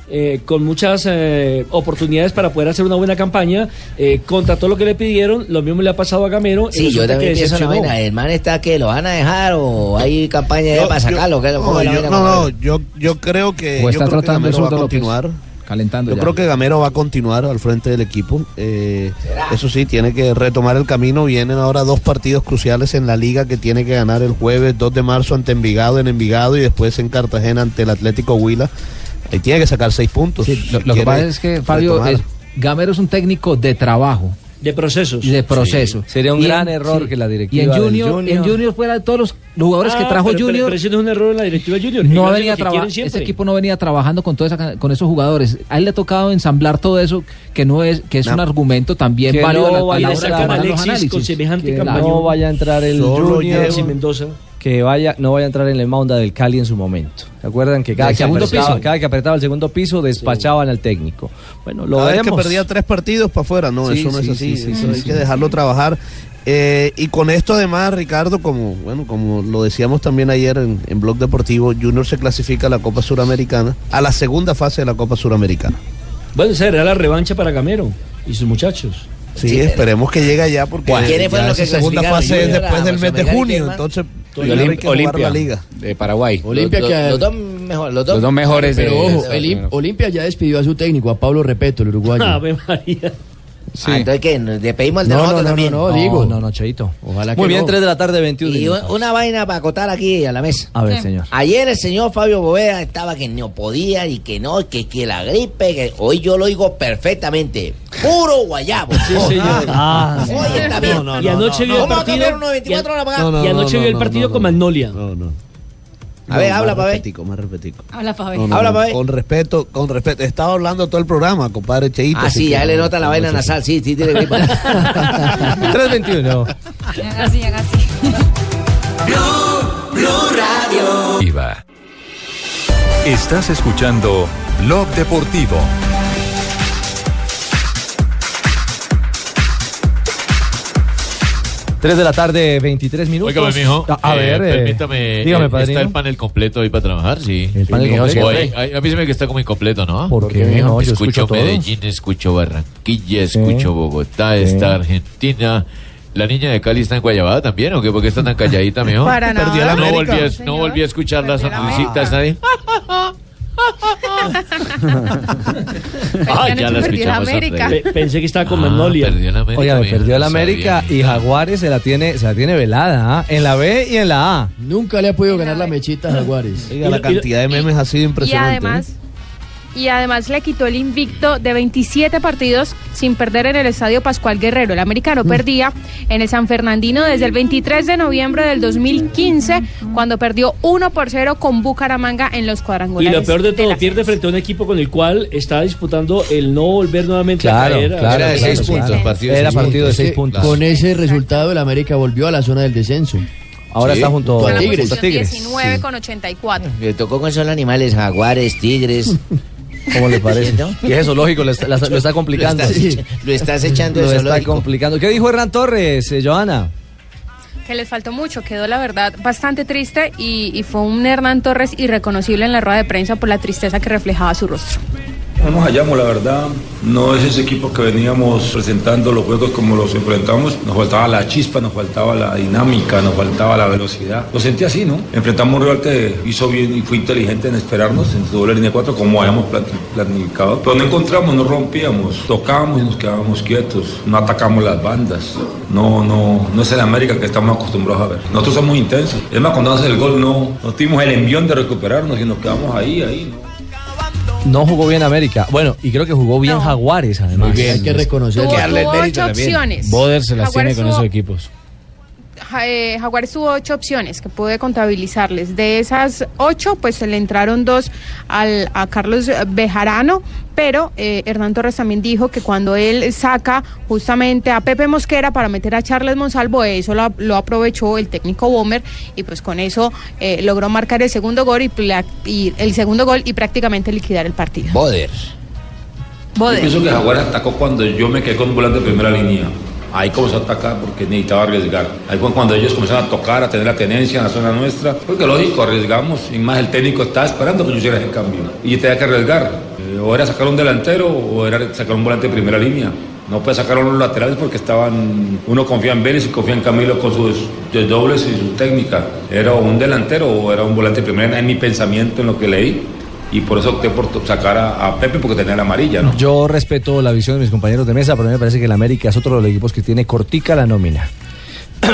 S10: eh, con muchas eh, oportunidades para poder hacer una buena campaña. eh, contra todo lo que le pidieron, lo mismo le ha pasado a Gamero. y
S26: Sí, yo
S10: resulta
S26: también
S10: que
S26: pienso una
S10: decepcionó.
S18: eh.
S26: vaina. El man está que lo van a dejar o hay campaña de para sacarlo. ¿qué es lo- cómo
S8: no,
S26: es la
S8: yo-
S26: vaina,
S8: no,
S26: compadre?
S8: no, yo, yo creo que.
S26: O está
S8: yo creo que
S26: tratando el
S8: Gamero va a
S26: zurdo López.
S8: continuar.
S29: calentando.
S8: Yo
S29: ya.
S8: creo que Gamero va a continuar al frente del equipo. Eh, eso sí, tiene que retomar el camino. Vienen ahora dos partidos cruciales en la liga que tiene que ganar el jueves 2 de marzo ante Envigado en Envigado y después en Cartagena ante el Atlético Huila. Ahí tiene que sacar seis puntos. si
S18: Lo que
S8: quiere
S18: pasa es que Fabio
S8: retomar.
S18: es- Gamero es un técnico de trabajo.
S10: De procesos.
S18: De procesos.
S9: Sí. Sería un
S18: Y en-
S9: gran error
S18: sí.
S9: que la
S18: Y
S9: directiva.
S18: en
S9: del
S18: Junior, en Junior fuera de todos los jugadores que
S10: Ah,
S18: trajo
S10: pero- pero-
S18: Junior.
S10: Pero eso no es un error en la directiva Junior.
S18: no
S10: Ellos
S18: venía
S10: hacen lo que
S18: traba-
S10: quieren siempre.
S18: ese equipo no venía trabajando con toda esa- con esos jugadores a él le ha tocado ensamblar todo eso que no es que es
S9: No.
S18: un argumento también
S9: Que
S18: válido a la-
S9: no
S18: a
S9: vaya
S18: la
S9: a
S18: hora de
S9: sacar a
S18: tomar los
S9: Alexis con
S18: análisis.
S10: semejante
S18: Que-
S10: campaña.
S18: no
S9: No vaya a entrar el
S10: Solo
S9: Junior
S10: llevo- Mendoza.
S9: Que vaya, no vaya a entrar en la monda del Cali en su momento. ¿Se acuerdan que cada,
S18: Del
S9: que
S18: segundo
S9: apretaba,
S18: piso.
S9: cada que apretaba el segundo piso despachaban al técnico? Bueno, lo
S8: Cada vez
S9: veremos.
S8: que perdía tres partidos para afuera, no,
S9: Sí,
S8: eso no
S9: sí,
S8: es así,
S9: sí, sí,
S8: eso
S9: sí,
S8: hay
S9: sí.
S8: que dejarlo trabajar. Eh, y con esto además, Ricardo, como bueno, como lo decíamos también ayer en, en Blog Deportivo, Junior se clasifica a la Copa Suramericana, a la segunda fase de la Copa Suramericana.
S10: Bueno, será la revancha para Gamero y sus muchachos.
S8: Sí, esperemos que llegue allá porque
S10: ¿Quiénes fueron
S8: ya
S10: los que
S8: esa segunda
S10: clasificaron?
S8: fase es
S10: Junior a
S8: después del mes de
S26: Sudamericana y
S8: junio,
S26: quién más?
S8: entonces
S26: Y
S8: Junior hay
S26: Olim-
S8: que jugar la
S26: Olimpia,
S8: liga.
S26: De Paraguay.
S21: Olimpia
S26: los,
S21: que-
S26: los- los dos mejor, los dos,
S21: Los dos
S26: mejores
S21: Pero
S26: de-
S21: ojo,
S26: de-
S21: Elim- Olimpia ya despidió a su técnico, a Pablo Repeto, el
S9: [LAUGHS]
S26: [LAUGHS]
S21: uruguayo.
S26: Ah, entonces que nos despedimos al de
S21: No, no,
S26: nosotros
S21: no,
S26: también.
S21: no, no, digo. No, no,
S9: Cheito.
S21: Ojalá
S9: Muy
S21: que
S9: bien,
S21: no.
S9: 3 de la tarde, 21
S26: Y
S9: minutos.
S26: un- una vaina para acotar aquí a la mesa.
S9: A ver, Sí. señor.
S26: Ayer el señor Fabio Boveda estaba que no podía y que no, que, que la gripe, que hoy yo lo oigo perfectamente. Puro guayabo.
S10: señor.
S26: Ah, Hoy está bien.
S10: y anoche vio el
S26: Vamos a
S10: partido.
S26: cambiar unos 24 horas para acá.
S10: y anoche vio el partido con Magnolia.
S26: A ver, habla,
S8: más
S26: pa' ver.
S8: Repetico, más repetico.
S23: Ah,
S11: Habla, Fabio.
S8: No, no, no, Con respeto, con respeto. Estaba hablando todo el programa, compadre Cheito.
S26: Ah, sí, ya le nota la vaina nasal, sí,
S9: [LAUGHS]
S26: sí, tiene
S8: [LAUGHS]
S26: gripa.
S9: 321.
S11: Haga así, haga así.
S3: Iba. Estás escuchando Blog Deportivo.
S9: Tres de la tarde, 23 minutos.
S22: Óigame, mijo.
S9: A, a
S22: eh,
S9: ver, eh,
S22: permítame.
S9: Dígame,
S22: eh, ¿Está el
S9: padrino.
S22: panel completo hoy para trabajar? Sí. El
S9: panel completo.
S22: a mí se me que está como incompleto, ¿no?
S9: ¿Por qué,
S22: mijo?
S9: no? Yo
S22: escucho,
S9: escucho todo.
S22: Medellín, escucho Barranquilla, escucho Bogotá,
S9: Sí.
S22: está Argentina. ¿La niña de Cali está en Guayabada también o qué? ¿Por qué está tan calladita, mijo? Para nada. Perdió la no, América. volví a, no volví a escuchar las sonrisitas ahí. Ah, ya la escuchamos.
S10: Pe- Pensé que estaba con Magnolia.
S9: Oiga, me Ah, perdió el América y Jaguares se la tiene, se la tiene velada, ¿ah? En la B y en la A.
S21: Nunca le ha podido ganar la mechita a Jaguares.
S9: Oiga, la Y- y- cantidad de memes
S8: ha sido ¿eh?
S23: Y además, y además le quitó el invicto de 27 partidos sin perder en el Estadio Pascual Guerrero. El americano perdía en el San Fernandino desde el 23 de noviembre del 2015, cuando perdió 1 por 0 con Bucaramanga en los
S10: Y
S23: cuadrangulares.
S10: lo peor de todo, pierde frente a un equipo con el cual está disputando el no volver nuevamente a
S9: Claro,
S10: caer. a-
S9: claro, Era de claro, seis claro. puntos, partido de Era seis partido de puntos. seis
S21: Es que
S9: puntos.
S21: Con ese resultado, el América volvió a la zona del descenso.
S9: Ahora
S26: Sí. está junto
S21: a
S26: Con la
S21: Tigres.
S26: posición Tigres.
S23: 19 con 84.
S26: Le tocó con esos animales, jaguares, tigres.
S9: ¿Cómo le parece? Y es zoológico, lo está, la- lo [CLEARS THROAT] está complicando.
S26: Lo estás, [LAUGHS] lo estás echando
S9: Lo
S26: de
S9: está
S26: zoológico.
S9: complicando. ¿Qué dijo Hernán Torres, eh, Joana?
S23: que les faltó mucho, quedó la verdad bastante triste y, y fue un Hernán Torres irreconocible en la rueda de prensa por la tristeza que reflejaba su rostro.
S30: No nos hallamos, la verdad. No es ese equipo que veníamos presentando los juegos como los enfrentamos. Nos faltaba la chispa, nos faltaba la dinámica, nos faltaba la velocidad. Lo sentí así, ¿no? Enfrentamos a un rival que hizo bien y fue inteligente en esperarnos en su doble línea 4 como habíamos plati- planificado. Pero no encontramos, no rompíamos. Tocábamos y nos quedábamos quietos. No atacamos las bandas. No, no, no es el América que estamos acostumbrados a ver. Nosotros somos intensos. Es más, cuando haces el gol no, no tuvimos el envión de recuperarnos y nos quedamos ahí, ahí.
S9: No jugó bien América. Bueno, y creo que jugó bien Jaguares, además.
S21: Muy bien, hay que reconocerlo.
S23: Tuvo- tuvo ocho opciones.
S9: Boder se
S23: las Jaguares tiene con tuvo- esos
S9: equipos.
S23: Ja- eh, Jaguares tuvo ocho opciones que pude contabilizarles. De esas ocho, pues se le entraron dos al, a Carlos Bejarano, pero eh, Hernán Torres también dijo que cuando él saca justamente a Pepe Mosquera para meter a Charles Monsalvo, eso lo, lo aprovechó el técnico Bomer y pues con eso eh, logró marcar el segundo gol y, pla- y el segundo gol y prácticamente liquidar el partido.
S30: Boder.
S23: Boder.
S30: Yo pienso que Jaguares atacó cuando yo me quedé con un volante de primera línea. Ahí comenzó a atacar porque necesitaba arriesgar. Ahí fue cuando ellos comenzaron a tocar, a tener la tenencia en la zona nuestra. Porque lógico, arriesgamos. Y más el técnico estaba esperando que yo hiciera ese cambio. Y tenía que arriesgar. Eh, o era sacar un delantero o era sacar un volante de primera línea. No puede sacar a los laterales porque estaban. Uno confía en Vélez y confía en Camilo con sus dobles y su técnica. Era un delantero o era un volante de primera línea, en mi pensamiento, en lo que leí.
S24: y por eso opté por sacar a, a Pepe porque tenía la amarilla, ¿no?
S6: Yo respeto la visión de mis compañeros de mesa, pero a mí me parece que el América es otro de los equipos que tiene cortica la nómina.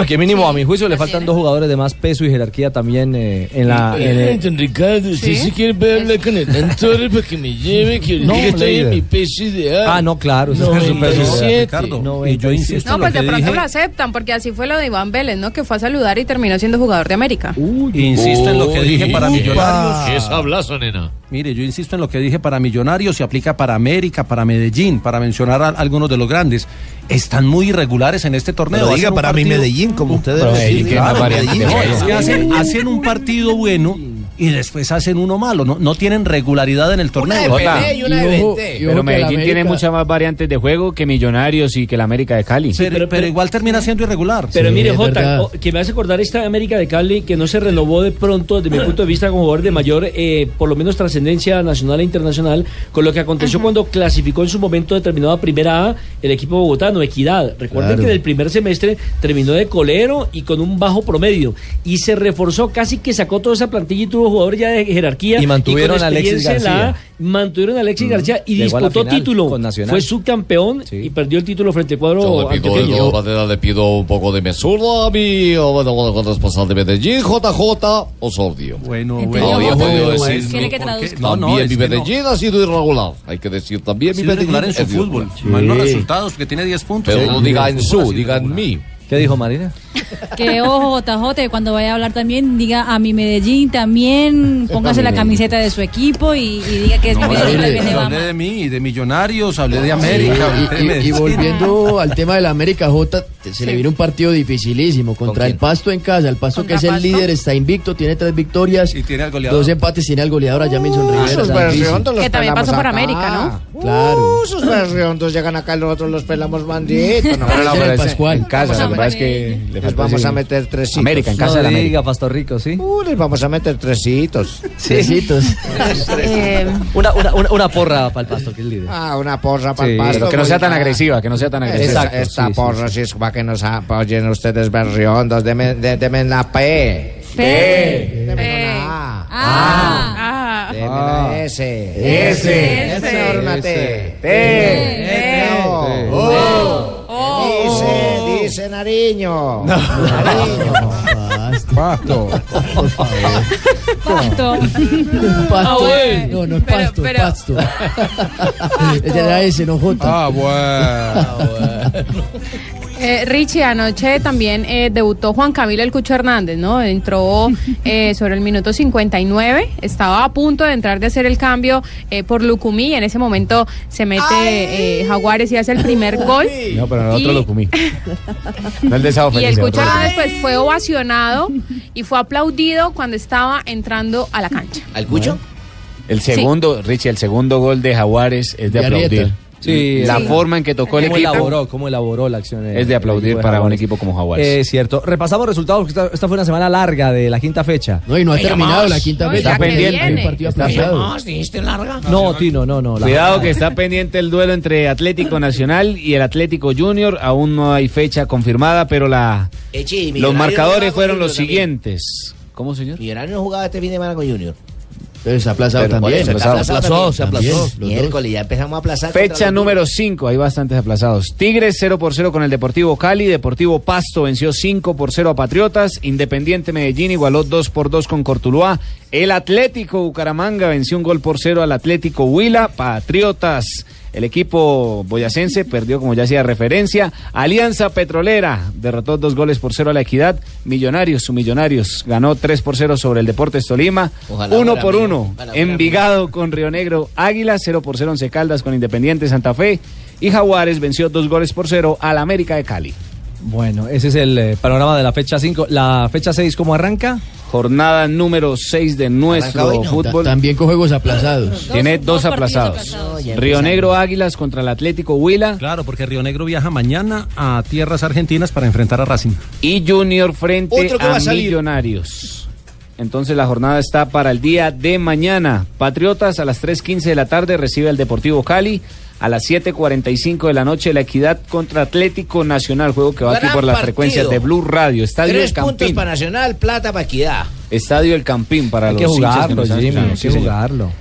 S6: que mínimo, a mi juicio, le faltan dos jugadores de más peso y jerarquía también eh, en la... en el-
S26: Eh, don Ricardo, usted se quiere ver hablar con Hernán Torres para que me lleve, que ahorita
S6: No,
S26: yo estoy en
S6: líder.
S26: mi peso ideal.
S6: Ah, no, claro, usted está en su peso ideal,
S26: 97.
S6: Ricardo. Y yo insisto
S23: No, pues de pronto lo aceptan, porque así fue lo de Iván Vélez, ¿no? Que fue a saludar y terminó siendo jugador de América.
S20: Insisto en lo que
S22: Uy,
S20: dije para
S22: upa.
S20: Millonarios.
S22: ¿Qué es hablazo, nena?
S20: Mire, yo insisto en lo que dije para Millonarios y aplica para América, para Medellín, para mencionar a algunos de los grandes. Están muy irregulares en este torneo.
S8: Pero
S20: Hacen
S8: diga
S20: un
S8: para mí
S20: partido- Uh,
S8: Medellín, como ustedes
S20: Pero
S8: decían.
S20: Medellín,
S8: Claro,
S20: claro,
S8: Medellín.
S20: Medellín.
S8: Medellín.
S20: Es que hacen, hacen un partido bueno y después hacen uno malo. No, no tienen regularidad en el torneo.
S5: Pero Medellín tiene muchas más variantes de juego que Millonarios y que la América de Cali.
S20: Pero, pero igual termina siendo irregular.
S10: Pero mire, Jota, o- que me hace acordar esta América de Cali que no se renovó de pronto, desde
S6: Ah.
S10: mi punto de vista, como jugador de mayor, eh, por lo menos trascendencia nacional e internacional, con lo que aconteció cuando clasificó en su momento determinado a Primera A el equipo bogotano, Equidad. Recuerden
S15: Claro.
S10: que en el primer semestre terminó de colero y con un bajo promedio. Y se reforzó, casi que sacó toda esa plantilla y tuvo jugadores ya de jerarquía.
S6: Y mantuvieron
S10: con
S6: a Alexis
S10: experiencia en la
S6: García.
S10: A, mantuvieron a Alexis García y
S6: Llegó a la
S10: disputó
S6: final
S10: título.
S6: con Nacional.
S10: Fue subcampeón y perdió el título frente al cuadro
S22: Yo le pido, de
S10: antioqueño.
S22: todas maneras, le pido un poco de mesura a mi bueno, bueno, responsable de Medellín, JJ Osorio.
S20: Bueno,
S22: bueno.
S20: bueno,
S22: Había
S20: bueno,
S22: podido
S20: bueno,
S22: decir
S20: ¿Quiere que
S22: porque
S20: traduzca? No,
S22: También
S20: no, es
S22: mi
S20: que no.
S22: Medellín ha sido irregular. Hay que decir también mi
S20: sido
S22: Medellín.
S20: irregular en su
S22: es
S20: fútbol.
S22: irregular.
S20: Mal los resultados, que tiene 10 puntos.
S22: Pero no
S20: Sí.
S22: diga en
S20: Ha
S22: su,
S20: sido
S22: diga en mí.
S6: ¿Qué dijo Marina?
S11: Que ojo, JJ, cuando vaya a hablar también, diga a mi Medellín también, póngase la camiseta de su equipo y, y diga que es mi
S20: No,
S11: Medellín
S20: hablé,
S11: también de
S20: hablé de mí, de Millonarios, hablé de
S21: Sí,
S20: América. hablé de
S21: y- y- y,
S20: Medellín.
S21: volviendo al tema de la América J, te- se le viene un partido dificilísimo contra el Pasto en casa. El Pasto que es el líder está invicto, tiene tres victorias,
S20: tiene al goleador.
S21: dos empates, tiene al goleador a Jamison
S9: Ah,
S21: Rivera.
S16: Ah, esos
S21: tan difícil.
S16: berriondos los
S23: Que también
S16: pelamos
S23: pasó por
S16: acá.
S23: América, ¿no?
S21: Claro.
S16: Uh, esos berriondos llegan acá y nosotros los pelamos bandito.
S5: Pero no,
S16: No, ese
S5: pero
S16: era el
S5: es
S16: Pascual.
S5: en casa, lo que pasa es que le
S16: Les
S5: falta
S16: vamos
S5: decir-
S16: a meter tresitos.
S5: América, en casa de la América.
S6: Pasto Rico, ¿sí?
S16: Uh, les vamos a meter tresitos.
S21: Tresitos.
S13: Eh,
S6: Una, una, una, una porra para el Pasto, que es líder.
S16: Ah, una porra para
S6: Sí,
S16: el pasto. pues
S6: pero que no sea tan agresiva,
S5: que no sea tan
S6: agresiva.
S16: Esta,
S6: Exacto,
S16: esta
S6: sí, sí,
S16: porra sí, es para que nos apoyen ustedes berriondos. Deme, de- deme la P.
S5: Eh,
S13: P.
S16: Ah. Deme la S.
S13: S.
S16: Deme ahora una T. T. O. Dice, dice Nariño. Nariño.
S8: Ah, Pasto.
S21: Pasto.
S11: Pasto. Ah, bueno.
S21: No, no es
S11: Pero-
S21: pasto,
S11: pero- [LAUGHS]
S21: pasto. Ella era ese, no J.
S8: Ah,
S11: Ah,
S21: bueno.
S23: Eh, Richie, anoche también eh, debutó Juan Camilo El Cucho Hernández, ¿no? Entró eh, sobre el minuto 59, estaba a punto de entrar de hacer el cambio eh, por Lucumí, en ese momento se mete eh, Jaguares y hace el primer gol.
S5: No, pero el otro
S23: Y-
S5: lo
S23: [LAUGHS]
S5: comí. No el de Sao
S23: Y
S5: Feliz,
S23: el
S5: otro
S23: Cucho
S5: lo comí.
S23: Hernández pues, fue ovacionado y fue aplaudido cuando estaba entrando a la cancha.
S5: ¿Al Cucho? El segundo, Richie, el segundo gol de Jaguares es de,
S6: De Arrieta.
S5: aplaudir.
S6: Sí,
S5: la
S6: sí.
S5: forma en que tocó el
S6: ¿Cómo
S5: equipo
S6: elaboró, cómo elaboró la acción? eh,
S5: es de
S6: el
S5: aplaudir
S6: equipo de
S5: para un
S6: Jaguares.
S5: equipo como Jaguares.
S18: Eh,
S6: Es cierto. Repasamos resultados, porque esta, esta fue una semana larga de la quinta fecha.
S21: No, y no ha Oiga terminado más. la quinta Oiga, fecha.
S5: Está pendiente. Está
S16: Ah,
S21: dijiste larga.
S6: No, Tino, no, no. la-
S5: Cuidado que está pendiente el duelo entre Atlético Nacional y el Atlético Junior. Aún no hay fecha confirmada, pero la,
S25: Echi,
S5: los
S25: Millonarios
S5: marcadores
S25: juega
S5: fueron
S25: con
S5: los
S25: Junior también.
S5: siguientes. ¿Cómo, señor?
S25: Millonarios jugaba este fin de semana con Junior.
S21: Pero se ha aplazado
S5: Pero,
S21: también.
S5: bueno, se aplazó, se aplazó,
S21: también.
S5: los dos.
S25: Miércoles, ya empezamos a aplazar.
S5: Fecha
S25: contra los
S5: número 5, hay bastantes aplazados. Tigres 0 por 0 con el Deportivo Cali, Deportivo Pasto venció 5 por 0 a Patriotas, Independiente Medellín igualó 2 por 2 con Cortuluá, el Atlético Bucaramanga venció un gol por 0 al Atlético Huila, Patriotas, el equipo boyacense perdió como ya hacía referencia, Alianza Petrolera derrotó 2 goles por 0 a la Equidad, Millonarios, su Millonarios ganó 3 por 0 sobre el Deportes Tolima,
S25: Ojalá
S5: 1
S25: fuera
S5: por
S25: mío,
S5: 1
S25: ojalá fuera mío.
S5: Envigado. Envigado con Río Negro Águilas, 0 por 0 Once Caldas con Independiente Santa Fe y Jaguares venció dos goles por cero al América de Cali.
S6: Bueno, ese es el eh, panorama de la fecha 5. ¿La fecha 6 cómo arranca?
S5: Jornada número 6 de nuestro fútbol.
S21: También con juegos aplazados.
S5: Tiene dos aplazados. Río Negro Águilas contra el Atlético Huila
S20: Claro, porque Río Negro viaja mañana a tierras argentinas para enfrentar a Racing.
S5: y Junior frente
S20: Otro que va
S5: a
S20: a salir.
S5: Millonarios. Entonces la jornada está para el día de mañana. Patriotas a las 3.15 de la tarde recibe al Deportivo Cali. A las 7.45 de la noche la Equidad contra Atlético Nacional. Juego que va aquí
S25: Gran
S5: por las
S25: partido.
S5: frecuencias de Blue Radio. Estadio
S25: Tres
S5: El
S25: puntos
S5: Campín.
S25: para Nacional, plata para Equidad.
S5: Estadio El Campín para
S6: Hay
S5: los
S6: que
S5: hinchas
S6: jugarlo,
S5: nos han
S6: Jimmy,
S5: escuchado.
S6: hay
S5: Sí,
S6: que
S5: señor.
S6: jugarlo.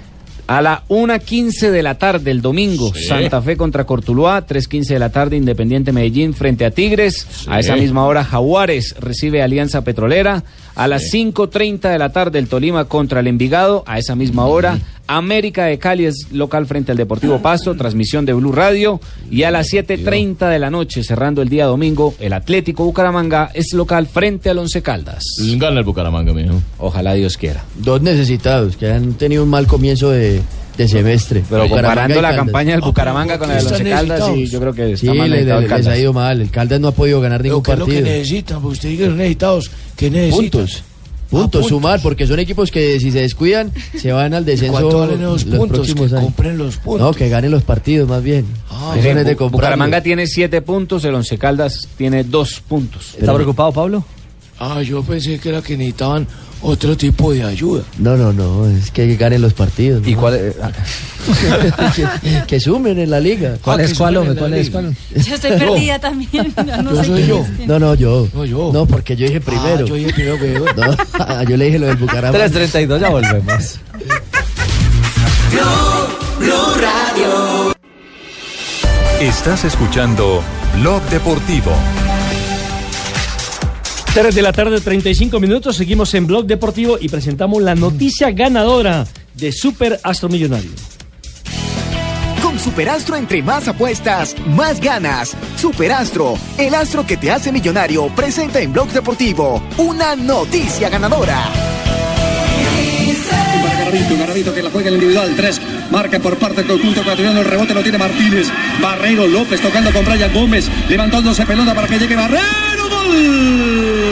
S5: A la 1.15 de la tarde, el domingo,
S22: Sí.
S5: Santa Fe contra Cortuluá, 3.15 de la tarde, Independiente Medellín frente a Tigres. A esa misma hora, Jaguares recibe a Alianza Petrolera. A las 5.30 de la tarde, el Tolima contra el Envigado. A esa misma hora, América de Cali es local frente al Deportivo Pasto, transmisión de Blue Radio. Y a las 7.30 de la noche, cerrando el día domingo, el Atlético Bucaramanga es local frente al Once Caldas.
S21: Gana el Bucaramanga, mijo.
S5: Ojalá Dios quiera.
S21: Dos necesitados que han tenido un mal comienzo de, de semestre.
S5: Pero
S21: Bucaramanga
S5: comparando
S21: y
S5: la
S21: Caldas.
S5: campaña del Bucaramanga con la del
S21: Están
S5: Once Caldas, sí,
S21: necesitados.
S5: yo creo que
S21: Sí,
S5: está
S21: le,
S5: mal
S21: le-
S5: necesitado el
S21: les
S5: Caldas.
S21: ha ido mal. El Caldas no ha podido ganar ningún
S5: que es lo que
S21: partido.
S12: necesitan? Porque Pues usted diga los necesitados. ¿Qué necesitan?
S21: Puntos. Puntos, sumar, porque son equipos que si se descuidan se van al
S12: cuánto
S21: descenso
S12: valen
S21: los
S12: esos puntos?
S21: próximos
S12: Que
S21: años.
S12: compren los puntos.
S21: No, que ganen los partidos más bien.
S5: Ah,
S21: Eso no es de
S5: Bu-
S21: comprarlo.
S5: Bucaramanga tiene siete puntos, el Once Caldas tiene dos puntos.
S21: ¿Está preocupado,
S12: Pablo? Ah, yo pensé que era que necesitaban otro tipo de ayuda.
S21: No, no, no, es que ganen los partidos. ¿Y
S6: cuál
S21: [LAUGHS] que, que sumen en la liga.
S18: ¿Cuál es cuál, hombre? ¿Cuál es cuál?
S11: Yo estoy perdida también. [LAUGHS] No, no
S21: Yo
S11: sé
S21: soy
S11: quién
S21: yo.
S11: es quién.
S21: No, no, yo. No, porque yo dije primero.
S12: yo dije primero que yo.
S21: [LAUGHS] No, ah, yo le dije lo del Bucaramanga.
S6: 3.32, ya volvemos.
S3: Blue Radio. Estás escuchando Blog Deportivo.
S10: 3 de la tarde, 35 minutos. Seguimos en Blog Deportivo y presentamos la noticia ganadora de Super Astro Millonario.
S7: Con Superastro entre más apuestas, más ganas. Superastro, el astro que te hace millonario, presenta en Blog Deportivo una noticia ganadora.
S15: Para Garavito, Garavito que la juega en el individual. Tres marca por parte del conjunto ecuatoriano. El rebote lo tiene Martínez. Barreiro López tocando con Brian Gómez. Levantándose pelota para que llegue Barreiro. ¡Gol!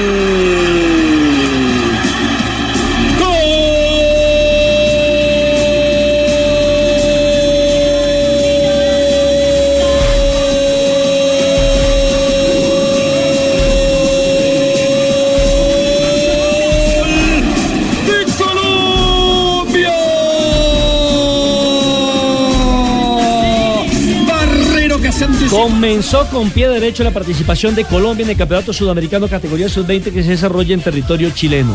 S15: ¡Gol de Colombia!
S10: Barrero que Comenzó con pie derecho la participación de Colombia en el Campeonato Sudamericano categoría sub-20 que se desarrolla en territorio chileno.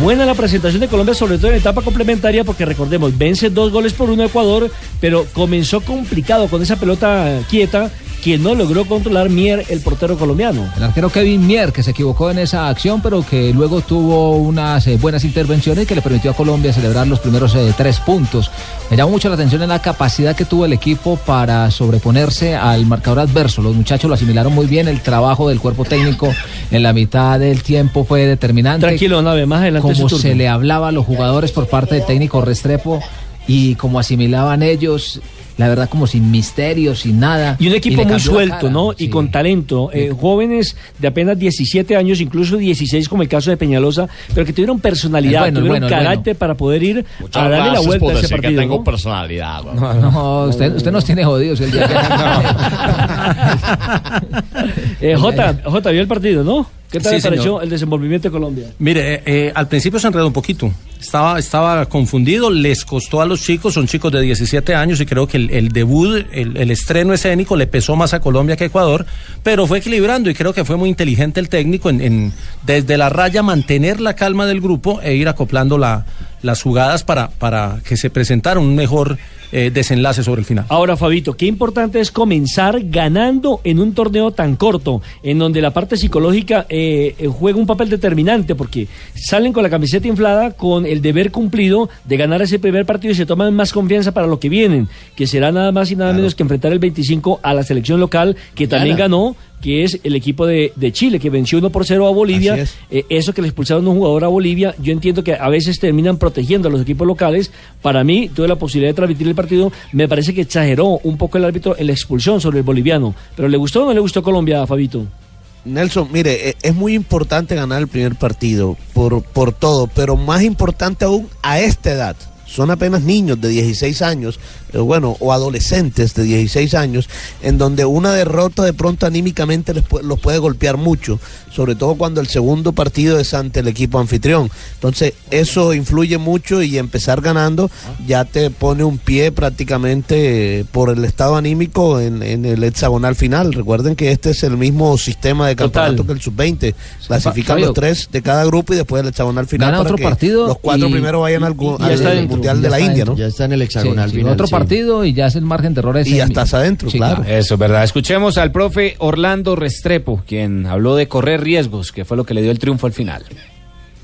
S10: Buena la presentación de Colombia, sobre todo en la etapa complementaria, porque recordemos, vence dos goles por uno a Ecuador, pero comenzó complicado con esa pelota quieta que no logró controlar Mier, el portero colombiano.
S18: El arquero Kevin Mier, que se equivocó en esa acción, pero que luego tuvo unas eh, buenas intervenciones que le permitió a Colombia celebrar los primeros eh, tres puntos. Me llamó mucho la atención en la capacidad que tuvo el equipo para sobreponerse al marcador adverso. Los muchachos lo asimilaron muy bien, el trabajo del cuerpo técnico en la mitad del tiempo fue determinante.
S10: Tranquilo, Nave, más adelante es su
S18: Como
S10: turno.
S18: se le hablaba a los jugadores por parte del técnico Restrepo y como asimilaban ellos, la verdad como sin misterio, sin nada.
S10: Y un equipo
S18: le
S10: muy
S18: cambió la
S10: suelto,
S18: cara.
S10: ¿no? Y con talento. eh, jóvenes de apenas 17 años, incluso 16, como el caso de Peñalosa, pero que tuvieron personalidad,
S18: El bueno, el
S10: tuvieron
S18: bueno, el
S10: carácter para poder ir a darle Ah, la vuelta a ese partido. ¿no?
S22: personalidad.
S18: No, no, usted, usted nos tiene jodidos el día
S10: [LAUGHS]
S8: [LAUGHS]
S10: Eh, Jota, Jota, vio el partido, ¿no? ¿Qué tal
S20: Sí,
S10: le pareció
S20: señor.
S10: el desenvolvimiento de Colombia?
S20: Mire, eh, eh, al principio se enredó un poquito. Estaba, estaba confundido, les costó a los chicos, son chicos de 17 años y creo que el, el debut, el, el estreno escénico le pesó más a Colombia que a Ecuador, pero fue equilibrando y creo que fue muy inteligente el técnico en, en- desde la raya mantener la calma del grupo e ir acoplando la- las jugadas para, para que se presentara un mejor eh, desenlace sobre el final.
S10: Ahora, Fabito, qué importante es comenzar ganando en un torneo tan corto, en donde la parte psicológica eh, eh, juega un papel determinante, porque salen con la camiseta inflada, con el deber cumplido de ganar ese primer partido y se toman más confianza para lo que vienen, que será nada más y nada menos que enfrentar el 25 a la selección local, que también Gana. ganó que es el equipo de, de Chile, que venció 1 por 0 a Bolivia.
S12: Así es.
S10: Eh, eso que le expulsaron a un jugador a Bolivia, yo entiendo que a veces terminan protegiendo a los equipos locales. Para mí, tuve la posibilidad de transmitir el partido. Me parece que exageró un poco el árbitro en la expulsión sobre el boliviano. Pero ¿le gustó o no le gustó Colombia, Fabito?
S8: Nelson, mire, e- es muy importante ganar el primer partido por, por todo, pero más importante aún a esta edad. Son apenas niños de 16 años, eh, bueno, o adolescentes de 16 años, en donde una derrota de pronto anímicamente les pu- los puede golpear mucho, sobre todo cuando el segundo partido es ante el equipo anfitrión. Entonces, eso influye mucho y empezar ganando ya te pone un pie prácticamente eh, por el estado anímico en, en el hexagonal final. Recuerden que este es el mismo sistema de campeonato que el sub-20. Clasifican
S18: Fabio.
S8: los tres de cada grupo y después el hexagonal final.
S18: Gana
S8: para
S18: otro
S8: que
S18: partido
S8: Los cuatro
S18: y-
S8: primeros vayan al,
S18: y-
S8: gu-
S18: y ya
S8: al
S18: está en
S8: Mundial de la
S21: está
S8: India,
S21: dentro,
S8: ¿no?
S21: Ya está en el hexagonal
S18: Sí,
S21: final,
S18: otro
S21: sí.
S18: partido y ya es el margen de errores.
S8: Y ya estás adentro, claro.
S5: Eso es verdad. Escuchemos al profe Orlando Restrepo, quien habló de correr riesgos, que fue lo que le dio el triunfo al final.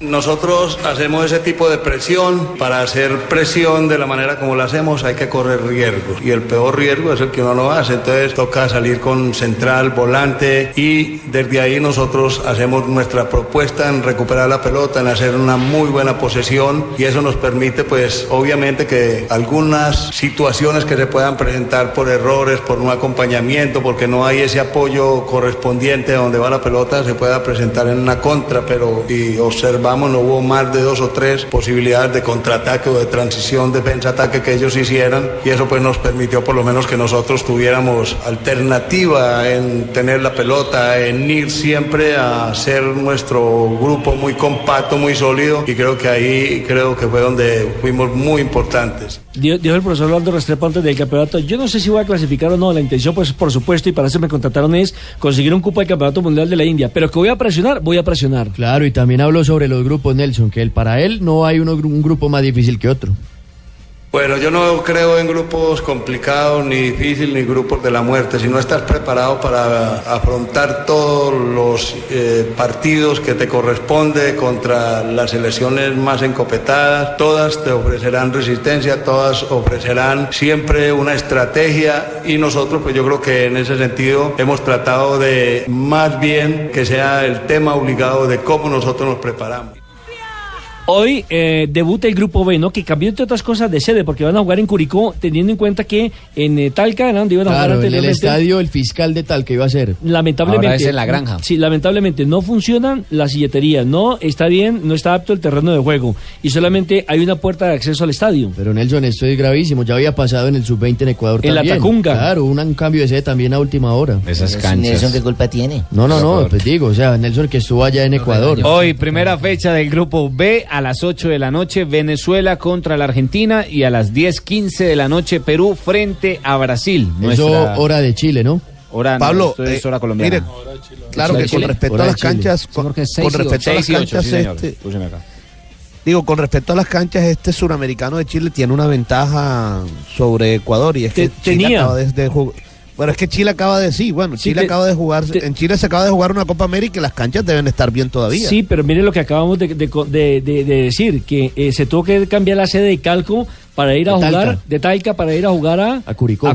S31: Nosotros hacemos ese tipo de presión. Para hacer presión de la manera como la hacemos hay que correr riesgos. Y el peor riesgo es el que uno no hace. Entonces toca salir con central, volante y desde ahí nosotros hacemos nuestra propuesta en recuperar la pelota, en hacer una muy buena posesión y eso nos permite pues obviamente que algunas situaciones que se puedan presentar por errores, por no acompañamiento, porque no hay ese apoyo correspondiente a donde va la pelota, se pueda presentar en una contra, pero si observamos no hubo más de dos o tres posibilidades de contraataque o de transición defensa-ataque que ellos hicieran y eso pues nos permitió por lo menos que nosotros tuviéramos alternativa en tener la pelota, en ir siempre a ser nuestro grupo muy compacto, muy sólido y creo que ahí creo que fue donde fuimos muy importantes.
S10: Dijo, dijo el profesor Orlando Restrepo antes del campeonato, yo no sé si voy a clasificar o no, la intención pues por supuesto y para eso me contrataron es conseguir un cupo del campeonato mundial de la India, pero que voy a presionar, voy a presionar.
S21: Claro, y también habló sobre los grupos Nelson, que él, para él no hay uno, un grupo más difícil que otro.
S31: Bueno, yo no creo en grupos complicados, ni difíciles, ni grupos de la muerte. Si no estás preparado para afrontar todos los eh, partidos que te corresponde contra las selecciones más encopetadas, todas te ofrecerán resistencia, todas ofrecerán siempre una estrategia y nosotros, pues yo creo que en ese sentido hemos tratado de más bien que sea el tema obligado de cómo nosotros nos preparamos.
S10: Hoy eh, debuta el grupo B, ¿no? Que cambió entre otras cosas de sede, porque van a jugar en Curicó, teniendo en cuenta que en eh, Talca era donde iban a
S21: Claro,
S10: jugar
S21: en el
S10: anteriormente.
S21: estadio el fiscal de tal que iba a ser.
S10: Lamentablemente.
S21: Ahora es en la granja.
S10: Sí, lamentablemente no funcionan las silleterías. No está bien, no está apto el terreno de juego. Y solamente hay una puerta de acceso al estadio.
S21: Pero Nelson, esto es gravísimo. Ya había pasado en el sub-20 en Ecuador
S10: En la
S21: también.
S10: Tacunga.
S21: Claro, un, un cambio de sede también a última hora.
S5: Esas
S21: Nelson,
S5: canchas.
S21: ¿qué culpa tiene? No, no, no, pues digo, o sea, Nelson que estuvo allá en Ecuador.
S5: Hoy, primera fecha del grupo B a las 8 de la noche, Venezuela contra la Argentina y a las 10:15 de la noche, Perú frente a Brasil.
S21: Eso
S5: Nuestra
S21: hora de Chile, ¿no?
S5: hora, no,
S21: Pablo,
S5: esto es
S21: eh,
S5: hora colombiana.
S21: mire,
S8: Claro
S21: Hora de
S8: que con
S21: Chile.
S8: respecto
S21: Hora
S8: a
S21: de
S8: las
S21: Chile.
S8: canchas, con, con respecto a las
S5: Seis y ocho,
S8: canchas,
S5: sí, señor.
S8: este,
S5: Escúcheme acá.
S8: digo, con respecto a las canchas, este suramericano de Chile tiene una ventaja sobre Ecuador y es que Chile tenía. acaba de, de jug- bueno, es que Chile acaba de sí, bueno,
S10: Sí,
S8: Chile
S10: te-
S8: acaba de jugar,
S10: te-
S8: en Chile se acaba de jugar una Copa América y las canchas deben estar bien todavía.
S10: Sí, pero mire lo que acabamos de, de co- de- de- de decir, que eh, se tuvo que cambiar la sede de Calco para ir
S21: De
S10: a jugar,
S21: Talca.
S10: de Talca para ir a jugar a,
S21: a Curicó.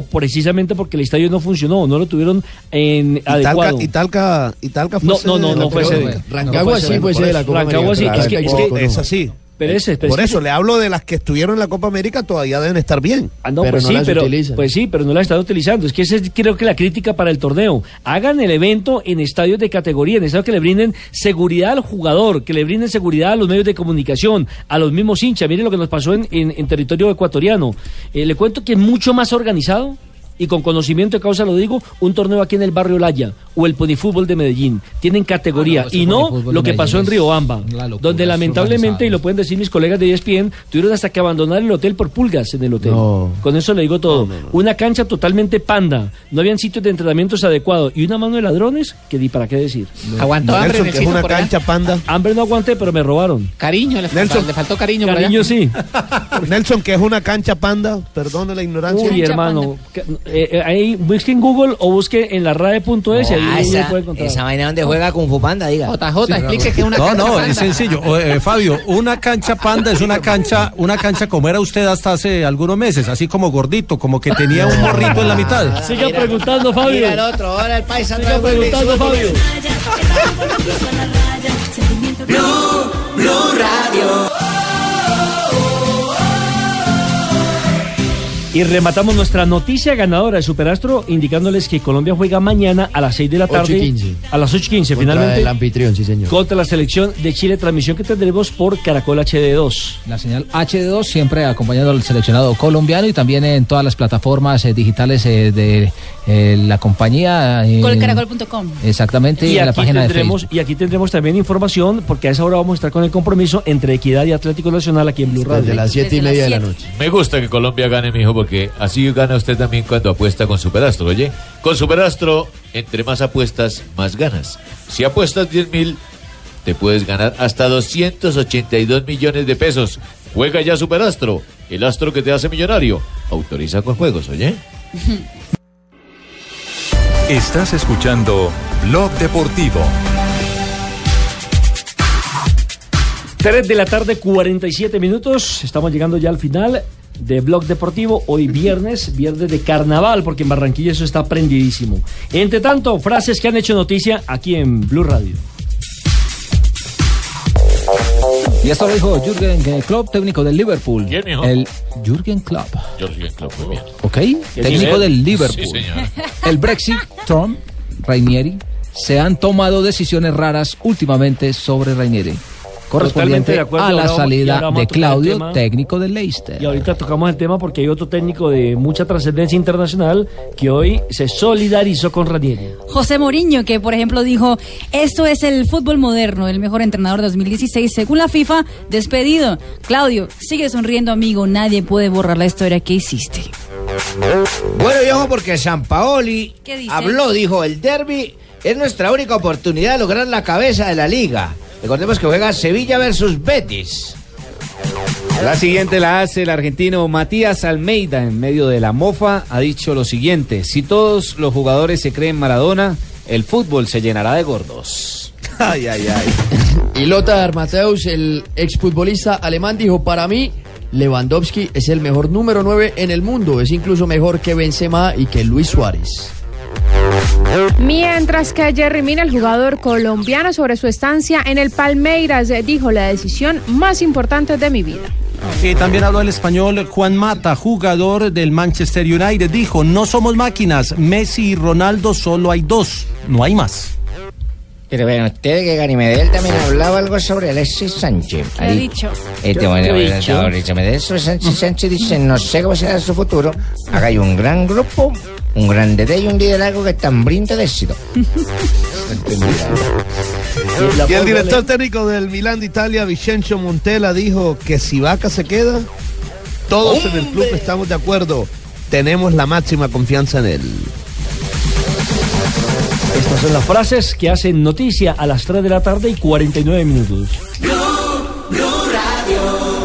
S10: precisamente porque el estadio no funcionó, no lo tuvieron en
S8: Y Talca,
S10: adecuado.
S8: y Talca, y Talca Ah, fue
S10: no, no,
S8: sede
S10: no,
S8: de la
S10: no fue
S8: Copa
S10: sede.
S8: América.
S10: No
S8: Bueno, por eso.
S10: Rancagua sí, es que, es que-
S8: es así.
S10: Pero ese- pero
S8: por
S10: es que-
S8: eso le hablo de las que estuvieron en la Copa América todavía deben estar bien.
S10: Ah, no, pues sí, pero, pues sí, pero no la están utilizando. Es que esa es creo que la crítica para el torneo. Hagan el evento en estadios de categoría, en estadios que le brinden seguridad al jugador, que le brinden seguridad a los medios de comunicación, a los mismos hinchas. Miren lo que nos pasó en, en- en territorio ecuatoriano. Eh, le cuento que es mucho más organizado. Y con conocimiento de causa lo digo, un torneo aquí en el barrio Laya o el ponifútbol de Medellín. Tienen categoría. y no
S18: Ah, ponifútbol
S10: lo
S18: de
S10: que pasó en
S18: Medellín es
S10: Riobamba,
S18: la locura,
S10: donde
S18: es
S10: lamentablemente, y lo pueden decir mis colegas de E ESPN, tuvieron hasta que abandonar el hotel por pulgas en el hotel. Con eso le digo todo. Una cancha totalmente panda, no habían sitios de entrenamientos adecuados y una mano de ladrones que di para qué decir. Ah,
S9: Aguantó hambre en el Nelson, que es sitio una por allá. cancha
S8: panda.
S10: Hambre no aguanté, pero me robaron.
S9: Cariño, le faltó, le faltó cariño. por allá.
S10: Cariño
S9: [LAUGHS]
S10: sí.
S8: [LAUGHS] Nelson, que es una cancha panda, perdone la ignorancia.
S10: pues, Uy, hermano, ca- eh, eh, ahí busque en Google o busque en la rade.es y ahí
S25: Ah,
S10: uno
S25: esa-
S10: puede encontrar.
S25: esa vaina donde juega Kung Fu Panda, diga. JJ,
S10: explique
S25: que es una
S20: No,
S25: cancha
S20: no,
S25: panda.
S20: es sencillo. O, eh, Fabio, una cancha panda es una cancha, una cancha como era usted hasta hace algunos meses, así como gordito, como que tenía un morrito en la mitad.
S10: Siga preguntando, Fabio.
S25: Mira el otro, ahora el paisa.
S10: Siga preguntando, Fabio.
S7: Blue, Blue Radio.
S10: Y rematamos nuestra noticia ganadora de Superastro indicándoles que Colombia juega mañana a las 6 de la tarde.
S21: 8:15.
S10: A las 8.15
S21: Contra
S10: finalmente.
S21: El anfitrión, sí, señor.
S10: Contra la selección de Chile, transmisión que tendremos por Caracol HD2.
S18: La señal HD2 siempre acompañando al seleccionado colombiano y también en todas las plataformas eh, digitales eh, de eh, la compañía. eh,
S11: Colcaracol.com.
S18: Exactamente, y,
S10: Y
S18: en la
S10: aquí,
S18: página de Facebook.
S10: tendremos, y aquí tendremos también información, porque a esa hora vamos a estar con el compromiso entre Equidad y Atlético Nacional aquí en Blue Radio.
S22: Desde las siete y Desde media las de la siete. Me gusta que Colombia gane, mijo, porque así gana usted también cuando apuesta con Superastro, oye. Con Superastro, entre más apuestas, más ganas. Si apuestas 10 mil, te puedes ganar hasta 282 millones de pesos. Juega ya Superastro, el astro que te hace millonario. Autoriza con juegos, oye.
S3: Estás escuchando Blog Deportivo.
S10: 3 de la tarde, 47 minutos. Estamos llegando ya al final de Blog Deportivo. Hoy viernes, viernes de carnaval, porque en Barranquilla eso está prendidísimo. Entre tanto, frases que han hecho noticia aquí en Blue Radio.
S18: [LAUGHS] Y esto lo dijo Jürgen Klopp, técnico del Liverpool.
S22: ¿Quién, mijo?
S18: El Jürgen Klopp,
S22: Jorge Klopp, muy bien.
S18: ¿ok?
S22: ¿Qué
S18: Técnico
S22: nivel?
S18: del Liverpool.
S22: Sí, señor.
S18: [LAUGHS] El Brexit, Trump, Rainieri, se han tomado decisiones raras últimamente sobre Rainieri,
S10: Totalmente
S18: correspondiente
S10: de acuerdo,
S18: a la
S10: ahora vamos- y ahora
S18: salida
S10: vamos a
S18: de
S10: tocar el
S18: Claudio,
S10: tema.
S18: técnico del Leicester.
S10: Y ahorita tocamos el tema porque hay otro técnico de mucha trascendencia internacional que hoy se solidarizó con Ranieri.
S11: José Mourinho, que por ejemplo dijo, esto es el fútbol moderno, el mejor entrenador de 2016, según la FIFA, despedido. Claudio, sigue sonriendo amigo, nadie puede borrar la historia que hiciste.
S16: Bueno, y ojo, porque Sampaoli
S11: ¿Qué dice?
S16: habló, dijo, el derby es nuestra única oportunidad de lograr la cabeza de la liga. Recordemos que juega Sevilla versus Betis.
S5: La siguiente la hace el argentino Matías Almeida en medio de la mofa. Ha dicho lo siguiente: si todos los jugadores se creen Maradona, el fútbol se llenará de gordos.
S21: Ay, ay, ay. Y Lothar Mateus, el exfutbolista alemán, dijo, para mí, Lewandowski es el mejor número 9 en el mundo. Es incluso mejor que Benzema y que Luis Suárez.
S23: Mientras que Jerry Mina, el jugador colombiano, sobre su estancia en el Palmeiras, eh, dijo la decisión más importante de mi vida.
S20: Y Eh, también habló el español Juan Mata, jugador del Manchester United. Dijo, no somos máquinas, Messi y Ronaldo solo hay dos, no hay más.
S16: Pero bueno, usted que Ganimedel también hablaba algo sobre Alexis Sánchez.
S11: ¿Qué ha dicho?
S16: Este bueno, bueno, ahorita me de sobre Sánchez Sánchez dice, no sé cómo será su futuro. Acá hay un gran grupo, un gran DT y un liderazgo que están brindo de éxito.
S8: Y el director técnico del Milán de Italia, Vicencio Montella, dijo que si Vaca se queda, todos en el club estamos de acuerdo. Tenemos la máxima confianza en él.
S10: Estas son las frases que hacen noticia a las 3 de la tarde y 49 minutos.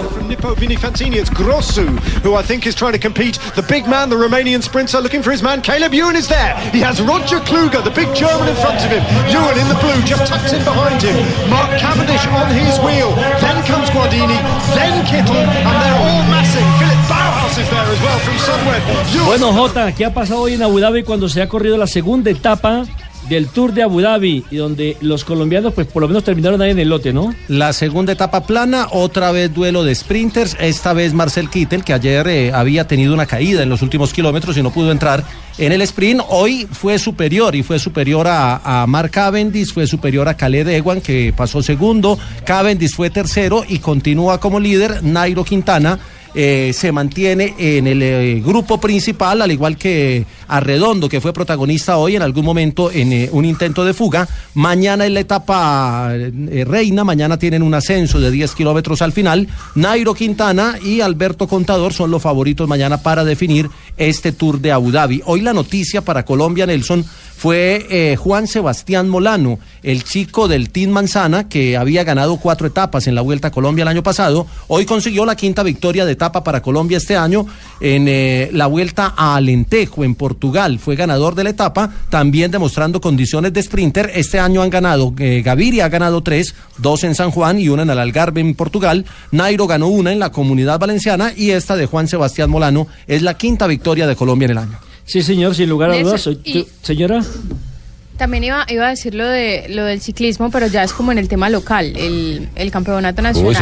S17: From Nippo Vinifanzini, it's Grossu, who I think is trying to compete. The big man, the Romanian sprinter, looking for his man. Caleb Ewan is there. He has Roger Kluger, the big German, in front of him. Ewan in the blue, just tucked in behind him. Mark Cavendish on his wheel. Then comes Guardini, then Kittel, and they're all massing. Philip Bauhaus is there as well from Sunweb.
S10: Bueno, Jota, ¿qué ha pasado hoy en Abu Dhabi cuando se ha corrido la segunda etapa del Tour de Abu Dhabi y donde los colombianos, pues por lo menos terminaron ahí en el lote, ¿no?
S20: La segunda etapa plana, otra vez duelo de sprinters, esta vez Marcel Kittel, que ayer eh, había tenido una caída en los últimos kilómetros y no pudo entrar en el sprint, hoy fue superior y fue superior a, a Mark Cavendish, fue superior a Khaled Ewan, que pasó segundo, Cavendish fue tercero y continúa como líder Nairo Quintana. eh, se mantiene en el eh, grupo principal, al igual que Arredondo, que fue protagonista hoy en algún momento en eh, un intento de fuga. Mañana en la etapa eh, reina, mañana tienen un ascenso de 10 kilómetros al final. Nairo Quintana y Alberto Contador son los favoritos mañana para definir este Tour de Abu Dhabi. Hoy la noticia para Colombia, Nelson, fue eh, Juan Sebastián Molano, el chico del Team Manzana, que había ganado cuatro etapas en la Vuelta a Colombia el año pasado. Hoy consiguió la quinta victoria de etapa para Colombia este año en eh, la Vuelta a Alentejo, en Portugal. Fue ganador de la etapa, también demostrando condiciones de sprinter. Este año han ganado, eh, Gaviria ha ganado tres, dos en San Juan y una en el Algarve, en Portugal. Nairo ganó una en la Comunidad Valenciana y esta de Juan Sebastián Molano es la quinta victoria de Colombia en el año.
S10: Sí, señor, sin lugar a
S23: Nelson,
S10: dudas. soy-
S23: y-
S10: tú- Señora.
S23: También iba, iba a decir lo, de, lo del ciclismo, pero ya es como en el tema local, el, el campeonato nacional.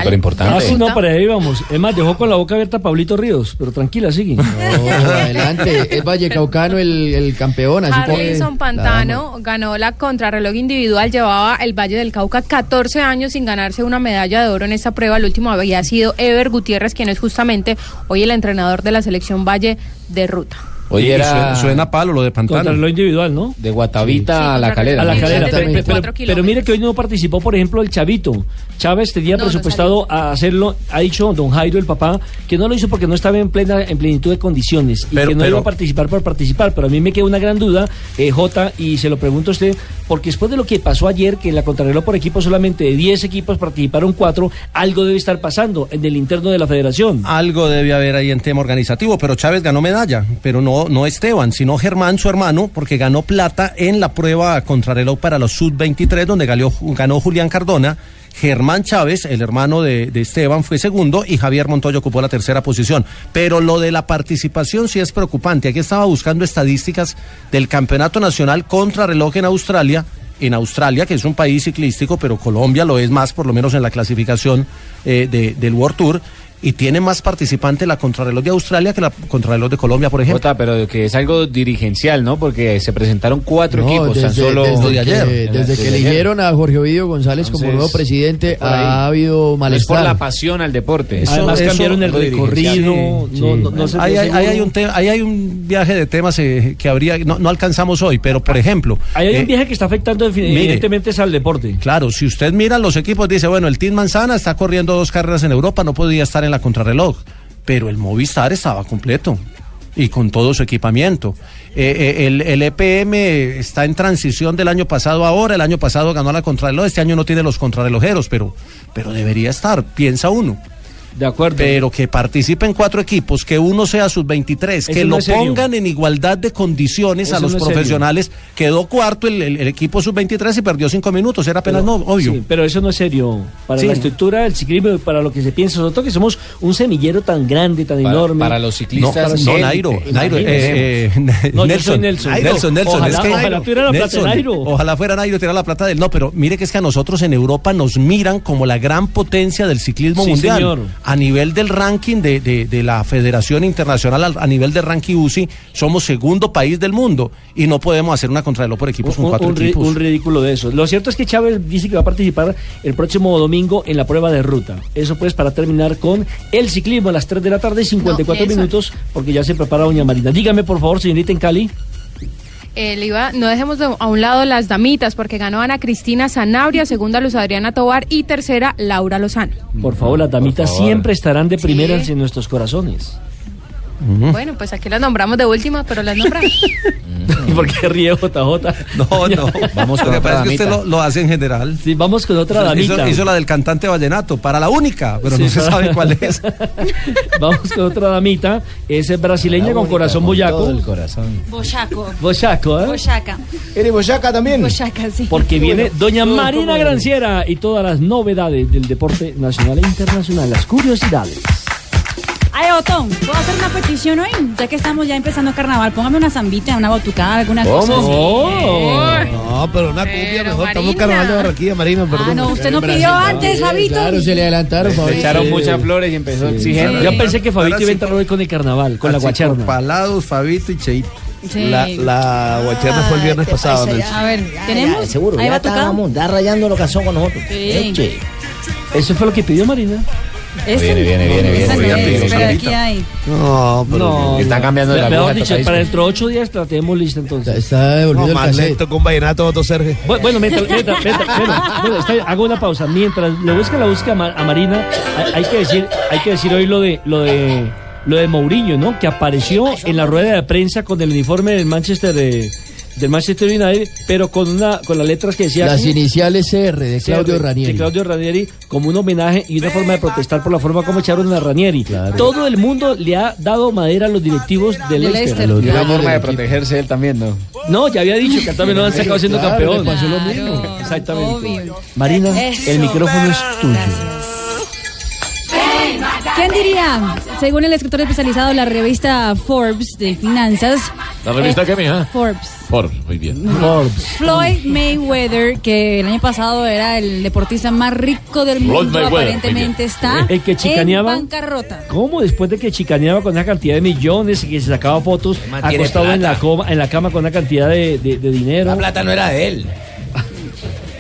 S10: Ah, sí, no, para ahí vamos. Es más, dejó con la boca abierta Pablito Ríos, pero tranquila, sigue.
S21: adelante. Es Vallecaucano el, el campeón, así que-
S23: Harrison Pantano ganó la contrarreloj individual, llevaba el Valle del Cauca 14 años sin ganarse una medalla de oro en esta prueba. El último había sido Ever Gutiérrez, quien es justamente hoy el entrenador de la selección Valle de Ruta.
S20: Oye, era- suena, suena palo lo de Pantano.
S10: Contrarreloj individual, ¿no?
S20: De
S10: Guatavita
S20: a la
S10: A la calera. Pero,
S20: Exactamente.
S10: pero- pero mire que hoy no participó, por ejemplo, el Chavito. Chávez tenía presupuestado a hacerlo, ha dicho don Jairo, el papá, que no lo hizo porque no estaba en plena en plenitud de condiciones y
S20: Pero-
S10: que no iba
S20: pero-
S10: a participar por participar. Pero a mí me queda una gran duda, eh, Jota, y se lo pregunto a usted, porque después de lo que pasó ayer, que en la contrarreloj por equipo solamente de 10 equipos participaron 4, algo debe estar pasando en el interno de la federación.
S20: Algo debe haber ahí en tema organizativo, pero Chávez ganó medalla, pero no, no Esteban, sino Germán, su hermano, porque ganó plata en la prueba contrarreloj para los sub-23, donde ganó, ganó Julián Cardona. Germán Chávez, el hermano de, de Esteban, fue segundo y Javier Montoya ocupó la tercera posición. Pero lo de la participación sí es preocupante. Aquí estaba buscando estadísticas del Campeonato Nacional Contrarreloj en Australia en Australia, que es un país ciclístico, pero Colombia lo es más, por lo menos en la clasificación eh, de- del World Tour, y tiene más participantes la contrarreloj de Australia que la contrarreloj de Colombia, por ejemplo.
S5: Jota, pero que es algo dirigencial, ¿no? Porque se presentaron cuatro
S20: No,
S5: equipos tan
S20: desde-
S5: solo.
S20: desde
S5: de
S20: que-
S21: Eh, desde que eligieron a Jorge Ovidio González como
S5: Entonces,
S21: nuevo presidente
S5: por ahí.
S21: ha habido
S5: No es por
S21: malestar.
S5: la pasión al deporte.
S21: Eso-
S5: Además
S21: eso-
S5: cambiaron el
S21: lo dirigencial.
S5: recorrido.
S21: Sí,
S5: no-
S21: sí.
S5: no- no se-
S20: ahí,
S5: no
S20: hay,
S5: se-
S20: ahí hay un te- ahí hay un viaje de temas eh, que habría, no, no alcanzamos hoy, pero por ejemplo...
S10: Ahí hay
S20: eh,
S10: un viaje que está afectando defini-
S20: mire,
S10: evidentemente es al deporte.
S20: Claro, si usted mira los equipos, dice, bueno, el Team Manzana está corriendo dos carreras en Europa, no podía estar en la contrarreloj, pero el Movistar estaba completo y con todo su equipamiento. Eh, eh, el, el EPM está en transición del año pasado a ahora, el año pasado ganó la contrarreloj, este año no tiene los contrarrelojeros, pero, pero debería estar, piensa uno.
S10: De acuerdo.
S20: Pero que participen cuatro equipos, que uno sea sus 23,
S10: Eso
S20: que
S10: no
S20: lo
S10: es serio.
S20: pongan en igualdad de condiciones a
S10: Eso
S20: los
S10: no es serio.
S20: profesionales. Quedó cuarto el, el- el equipo sub-23 y perdió cinco minutos, era apenas no, obvio.
S10: Sí, pero eso no es serio. Para
S20: Sí.
S10: la estructura del ciclismo, y para lo que se piensa, nosotros que somos un semillero tan grande, tan enorme.
S20: para los ciclistas
S10: para-
S20: No, no, Nairo,
S10: Imagínese.
S20: Nairo, eh, eh,
S10: No, yo soy
S20: Nelson,
S10: Nelson.
S20: Nelson, Nelson,
S10: Ojalá-
S20: es que-
S10: ojalá tuviera la plata de
S20: Nelson,
S10: Nairo.
S20: Ojalá fuera Nairo tirar la plata del no, pero mire que es que a nosotros en Europa nos miran como la gran potencia del ciclismo
S10: Sí,
S20: mundial.
S10: señor.
S20: A nivel del ranking de, de- de la Federación Internacional, al- a nivel del ranking UCI, somos segundo país del mundo y no podemos hacer una contrarreloj por equipos con
S10: un,
S20: cuatro
S10: un ri-
S20: equipos.
S10: un ridículo de eso. Lo cierto es que Chávez dice que va a participar el próximo domingo en la prueba de ruta. Eso pues para terminar con el ciclismo a las 3 de la tarde, 54
S23: Nelson.
S10: minutos, porque ya se prepara doña Marina. Dígame por favor, señorita en Cali.
S23: Eh, le iba- no dejemos de- a un lado las damitas, porque ganó Ana Cristina Zanabria, segunda Luz Adriana Tobar y tercera Laura Lozano.
S10: Por favor, las damitas favor. siempre estarán de primeras
S23: Sí.
S10: en nuestros corazones. Mm. [LAUGHS]
S23: Bueno, pues aquí las nombramos de última, pero las nombramos.
S10: ¿Por qué ríe JJ? [LAUGHS]
S20: No, no. Vamos
S10: con
S20: Lo que
S10: otra
S20: pasa es que usted
S10: damita.
S20: lo, lo hace en general.
S10: Sí, vamos con otra
S20: Hizo,
S10: damita.
S20: hizo la del cantante vallenato, para la única, pero
S10: Sí,
S20: no se
S10: para-
S20: sabe cuál es.
S10: [LAUGHS] Vamos con otra damita. Esa Es brasileña con corazón boyaco. corazón.
S26: Boyaco.
S10: Boyaco, ¿eh?
S26: Boyaca.
S10: ¿Eres boyaca también?
S26: Boyaca, sí.
S10: Porque viene
S26: Bueno,
S10: doña
S26: todo
S10: Marina
S26: como-
S10: Granciera y todas las novedades del deporte nacional e internacional, las curiosidades.
S11: Ay, Otón, ¿puedo hacer una petición hoy? Ya que estamos ya empezando carnaval, póngame una zambita, una batucada, alguna cosa. así.
S10: Oh.
S8: No, pero una cumbia mejor. Estamos en
S11: Marina. Ah,
S8: carnaval de Barranquilla, Marina, perdón.
S11: no, usted no pidió antes, Fabito.
S21: Claro, se le adelantaron, Fabito.
S5: echaron muchas flores y empezó a exigir.
S10: Yo pensé que Fabito
S5: Ahora
S10: iba a
S5: sí.
S10: entrar hoy con el carnaval, con la guacherna.
S20: Palados, Fabito y Cheito.
S11: Sí.
S8: La,
S11: Ah,
S8: la guacherna fue el viernes pasado. Nelson.
S11: A ver, ¿tenemos?
S25: Ya, seguro,
S11: Ahí
S25: ya
S11: va tocado.
S25: estábamos, ya rayando la canción con nosotros.
S11: Sí.
S25: Eche.
S10: Eso fue lo que pidió Marina.
S11: Ese no.
S25: viene,
S10: viene,
S11: Esa
S25: viene,
S11: no es,
S25: viene,
S11: pero
S25: viene.
S11: aquí hay.
S8: No,
S10: pero
S25: Están cambiando la
S10: Mejor
S25: aguja,
S10: dicho,
S25: tocadiscos.
S10: para
S8: pues.
S10: dentro de ocho días la tenemos lista entonces.
S21: Está
S8: No, más lento con vallenato, Otto Sergio.
S10: Bu- Bueno, mientras, mientras- mientras- bueno, bueno, está bien, hago una pausa. Mientras le busca la busca a, Ma- a Marina, hay, hay que decir, hay que decir hoy lo de, lo de, lo de Mourinho, ¿no? Que apareció en la rueda de prensa con el uniforme del Manchester de- del Manchester United, pero con una, con las letras que decía
S21: Las iniciales CR de Claudio
S10: de
S21: Ranieri.
S10: Claudio Ranieri como un homenaje y una forma de protestar por la forma como echaron a Ranieri. Todo el mundo le ha dado madera a los directivos del
S5: Del
S10: Leicester.
S5: Leicester. Y una forma de protegerse él también, ¿no?
S10: No, ya había dicho que al también lo han sacado siendo
S5: Claro,
S10: campeón.
S5: le pasó lo
S10: mismo. Exactamente.
S11: Obvio.
S10: Marina,
S11: Eso.
S10: el micrófono es tuyo.
S11: ¿Quién diría? Según el escritor especializado de la revista Forbes de finanzas, eh,
S22: La revista que mía.
S11: Forbes,
S22: Por, muy bien.
S11: Floyd Mayweather, que el año pasado era el deportista más rico del
S10: Floyd
S11: mundo,
S10: Mayweather,
S11: aparentemente está
S10: El que chicaneaba.
S11: en bancarrota.
S10: ¿Cómo después de que chicaneaba con una cantidad de millones y que se sacaba fotos
S25: mantiene
S10: acostado en la, coma, en la cama con una cantidad de, de- de dinero?
S25: La plata no era de él.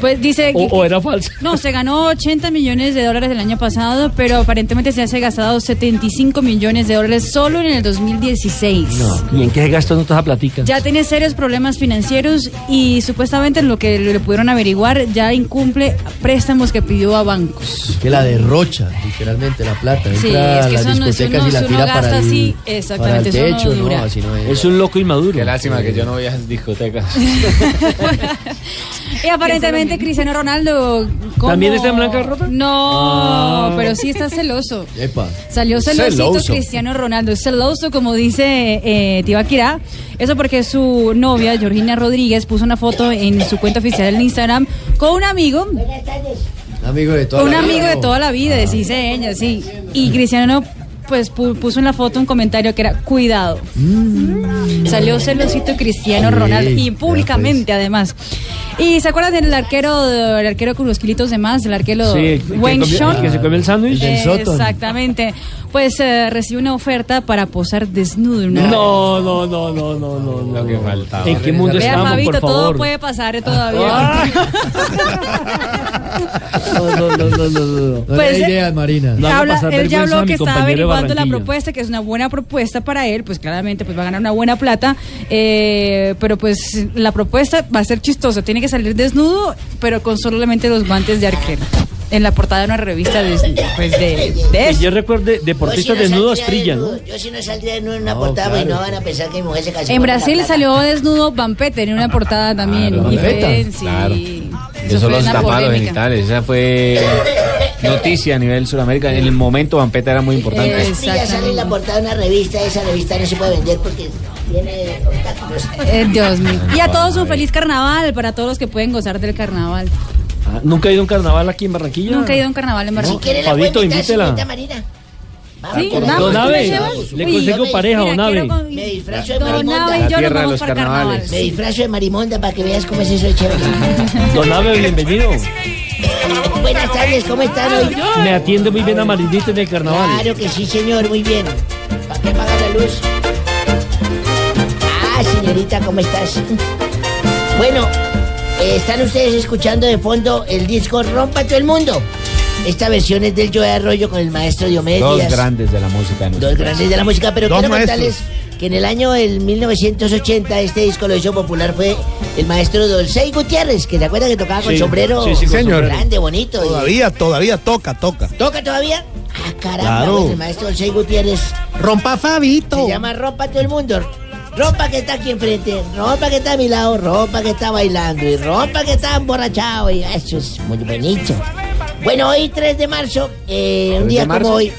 S11: Pues dice.
S10: O- o era falsa.
S11: [LAUGHS] No, se ganó 80 millones de dólares el año pasado, pero aparentemente se hace gastado 75 millones de dólares solo en el 2016.
S10: No. ¿Y en qué se gastó toda esa platica?
S11: Ya tiene serios problemas financieros y supuestamente en lo que le pudieron averiguar ya incumple préstamos que pidió a bancos.
S21: Que la derrocha, literalmente, la plata.
S11: Sí,
S21: Entra
S11: es que
S21: a
S11: eso
S21: las
S11: no- eso
S21: discotecas
S11: no-
S21: y la
S11: eso no
S21: tira
S11: gasta
S21: para el,
S11: así,
S21: para el
S11: exactamente, eso no
S21: techo.
S11: dura.
S21: así no es.
S10: un loco inmaduro.
S26: Qué lástima que yo no voy a esas
S25: [LAUGHS]
S26: discotecas.
S11: Y aparentemente Cristiano Ronaldo. ¿cómo?
S10: ¿También está en blanca
S11: ropa? No,
S10: Ah.
S11: pero sí está celoso.
S21: Epa.
S11: Salió celosito
S21: Celoso.
S11: Cristiano Ronaldo, celoso como dice eh, Tibaquirá. Eso porque su novia, Georgina Rodríguez, puso una foto en su cuenta oficial en Instagram con un amigo,
S21: Amigo de toda
S11: con un
S21: la vida,
S11: amigo de
S21: ¿no?
S11: toda la vida, dice ella, sí. Y Cristiano pues pu- puso en la foto un comentario que era cuidado. Salió celosito Cristiano
S14: Sí,
S11: Ronaldo
S14: vea,
S11: y
S14: pues.
S11: públicamente además. Y se acuerdan del arquero, del arquero con los kilitos de más, el arquero
S10: Sí, el que
S11: Wayne
S10: comió-
S11: Sean.
S10: el que se comió el sándwich.
S11: Eh, Exactamente. Pues eh, recibió una oferta para posar desnudo. en una-
S10: No, no, no, no, no, no. Lo que faltaba. ¿En qué mundo
S11: Vea,
S10: estamos,
S11: Fabito,
S10: por
S11: todo
S10: favor?
S11: puede pasar eh, todavía.
S21: No, no, no, no, no, no. No
S11: Pues,
S21: le dé ideas, Marina.
S11: Ya habla- él ya habló que estaba averiguando la propuesta, que es una buena propuesta para él, pues claramente pues va a ganar una buena plata, eh, pero pues la propuesta va a ser chistosa, tiene que salir desnudo, pero con solamente los guantes de arquero, en la portada de una revista de, pues de, de
S10: Que
S11: eso.
S10: yo recuerde, deportistas
S11: Pues si no
S10: desnudos
S11: saldría
S10: brillan, ¿no?
S11: desnudo.
S25: Yo si no saldría en una
S10: No,
S25: portada, pues, no
S10: claro.
S25: van a pensar que mi mujer se casó.
S11: En
S25: por la
S11: Brasil
S25: plata.
S11: salió desnudo Van Peter en una portada también.
S26: Claro,
S11: y
S26: Van
S11: fue-
S26: Peter,
S11: sí,
S26: claro.
S11: eso
S26: Eso
S11: fue
S26: los
S11: una
S26: tapados
S11: polémica.
S26: genitales. Esa fue noticia a nivel Sudamérica. En el momento, Vampeta era muy importante.
S25: Entonces, ya sale en la portada de una revista, esa revista no se puede vender porque tiene obstáculos.
S11: Eh, Dios mío. Y a todos un feliz carnaval para todos los que pueden gozar del carnaval.
S10: Ah, ¿Nunca ha ido a un carnaval aquí en Barranquilla?
S11: Nunca he ido a un carnaval en Barranquilla.
S10: quiere la Fabito, puede invitar, invítela. señorita
S11: Marina.
S10: Sí,
S11: Sí,
S10: Ah, Don
S11: vamos, ¿tú
S10: Abe,
S11: me llevas?
S10: le
S11: Uy,
S10: consigo
S11: yo me-
S10: pareja,
S11: mira,
S10: don Abe.
S11: quiero con-
S25: Me disfrazo de
S11: Don
S25: marimonda.
S11: Abe y yo nos vamos para el carnaval.
S25: Me disfrazo de marimonda para que veas cómo es eso de chévere.
S11: [LAUGHS]
S10: Don Abe, bienvenido.
S25: Buenas tardes, ¿cómo están hoy?
S10: Me atiende muy bien Amarillito en el carnaval.
S25: Claro que sí, señor, muy bien. ¿Para qué apagar la luz? Ah, señorita, ¿cómo estás? Bueno, eh, están ustedes escuchando de fondo el disco Rompa Todo el Mundo. Esta versión es del Joe Arroyo con el maestro Diomedes
S26: Dos
S25: Díaz.
S26: grandes de la música. en nuestro
S25: Dos
S26: país.
S25: grandes de la música, pero
S26: Dos
S25: quiero
S26: maestros.
S25: contarles que en el año del 1980 este disco lo hizo popular fue el maestro Dolcey Gutiérrez, que se acuerda que
S10: Ah,
S25: tocaba con
S8: Sí,
S25: sombrero
S8: sí, sí, con señor.
S25: grande, bonito. y-
S8: Todavía, todavía toca, toca.
S25: ¿Toca todavía? Ah, caramba,
S8: Claro.
S25: pues el maestro Olsey Gutiérrez. Rompa Fabito. Se llama Rompa todo el mundo. Rompa que está aquí enfrente, rompa que está a mi lado, rompa que está bailando y rompa que está emborrachado. Y ah, eso es muy bonito. Bueno, hoy 3 de marzo, eh, un
S21: 3
S25: día
S21: de marzo.
S25: como hoy.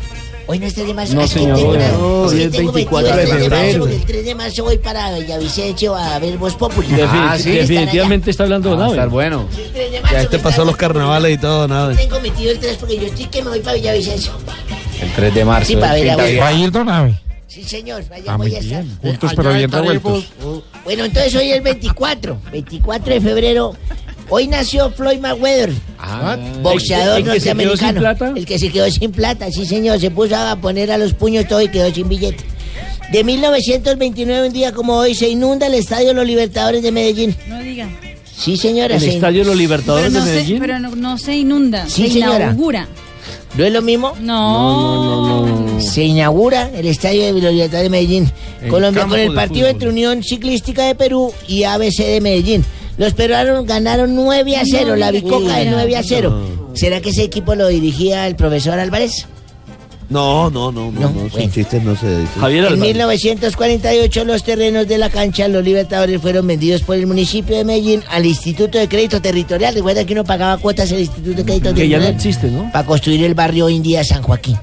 S25: Hoy no es 3 de marzo,
S21: No,
S25: es
S21: señor,
S25: que tengo una-
S21: no,
S25: es
S21: hoy
S25: que
S21: es
S25: tengo
S21: 24 de
S25: 22 marzo,
S21: febrero.
S25: porque El 3 de marzo voy para Villavicencio a ver Voz Populi.
S10: Definit-
S25: Ah, sí,
S10: definitivamente está hablando Don
S8: Ah,
S10: Abe.
S8: estar
S10: bueno.
S25: estarán allá. El 3 de marzo
S8: Ya este
S25: que
S8: pasó los carnavales y todo, nada.
S25: estarán- Tengo metido el 3 porque yo estoy que me voy para Villavicencio.
S8: El 3 de
S25: marzo, Sí, para ver a pinta Voz. bien.
S19: ¿Va a ir Don Abe?
S25: Sí, señor, vaya,
S19: Ah, muy
S25: voy a estar.
S19: bien. Juntos pero bien revueltos.
S10: pues.
S25: Bueno, entonces hoy es 24, 24 de febrero. Hoy nació Floyd Mayweather,
S19: Ah,
S25: boxeador
S10: ¿El que se quedó sin
S25: norteamericano. El que se quedó sin plata, sí señor, se puso a poner a los puños todo y quedó sin billete. De 1929, un día como hoy, se inunda el Estadio Los Libertadores de Medellín.
S11: No diga.
S25: Sí señora.
S10: ¿El
S25: se-
S10: Estadio Los Libertadores
S11: Pero no
S10: de
S11: se-
S10: Medellín?
S11: pero no, no se inunda,
S25: Sí,
S11: se
S25: señora.
S11: inaugura.
S25: ¿No es lo mismo?
S11: No.
S25: Se inaugura el Estadio de Villarreal de Medellín,
S19: El
S25: Colombia,
S19: campo
S25: con el
S19: de
S25: partido
S19: fútbol.
S25: entre Unión Ciclística de Perú y ABC de Medellín. Los peruanos ganaron 9 a 0,
S19: No,
S25: la
S19: mira,
S25: bicoca de
S19: mira.
S25: 9 a 0. ¿Será que ese equipo lo dirigía el profesor Álvarez?
S8: No, no, no, no, no, sin chistes no se dice. Javier
S25: En 1948 los terrenos de la cancha Los Libertadores fueron vendidos por el municipio de Medellín al Instituto de Crédito Territorial. Recuerda que uno pagaba cuotas al Instituto de Crédito
S10: Que ya no
S25: Territorial.
S10: existe, ¿no?
S25: para construir el barrio India San Joaquín.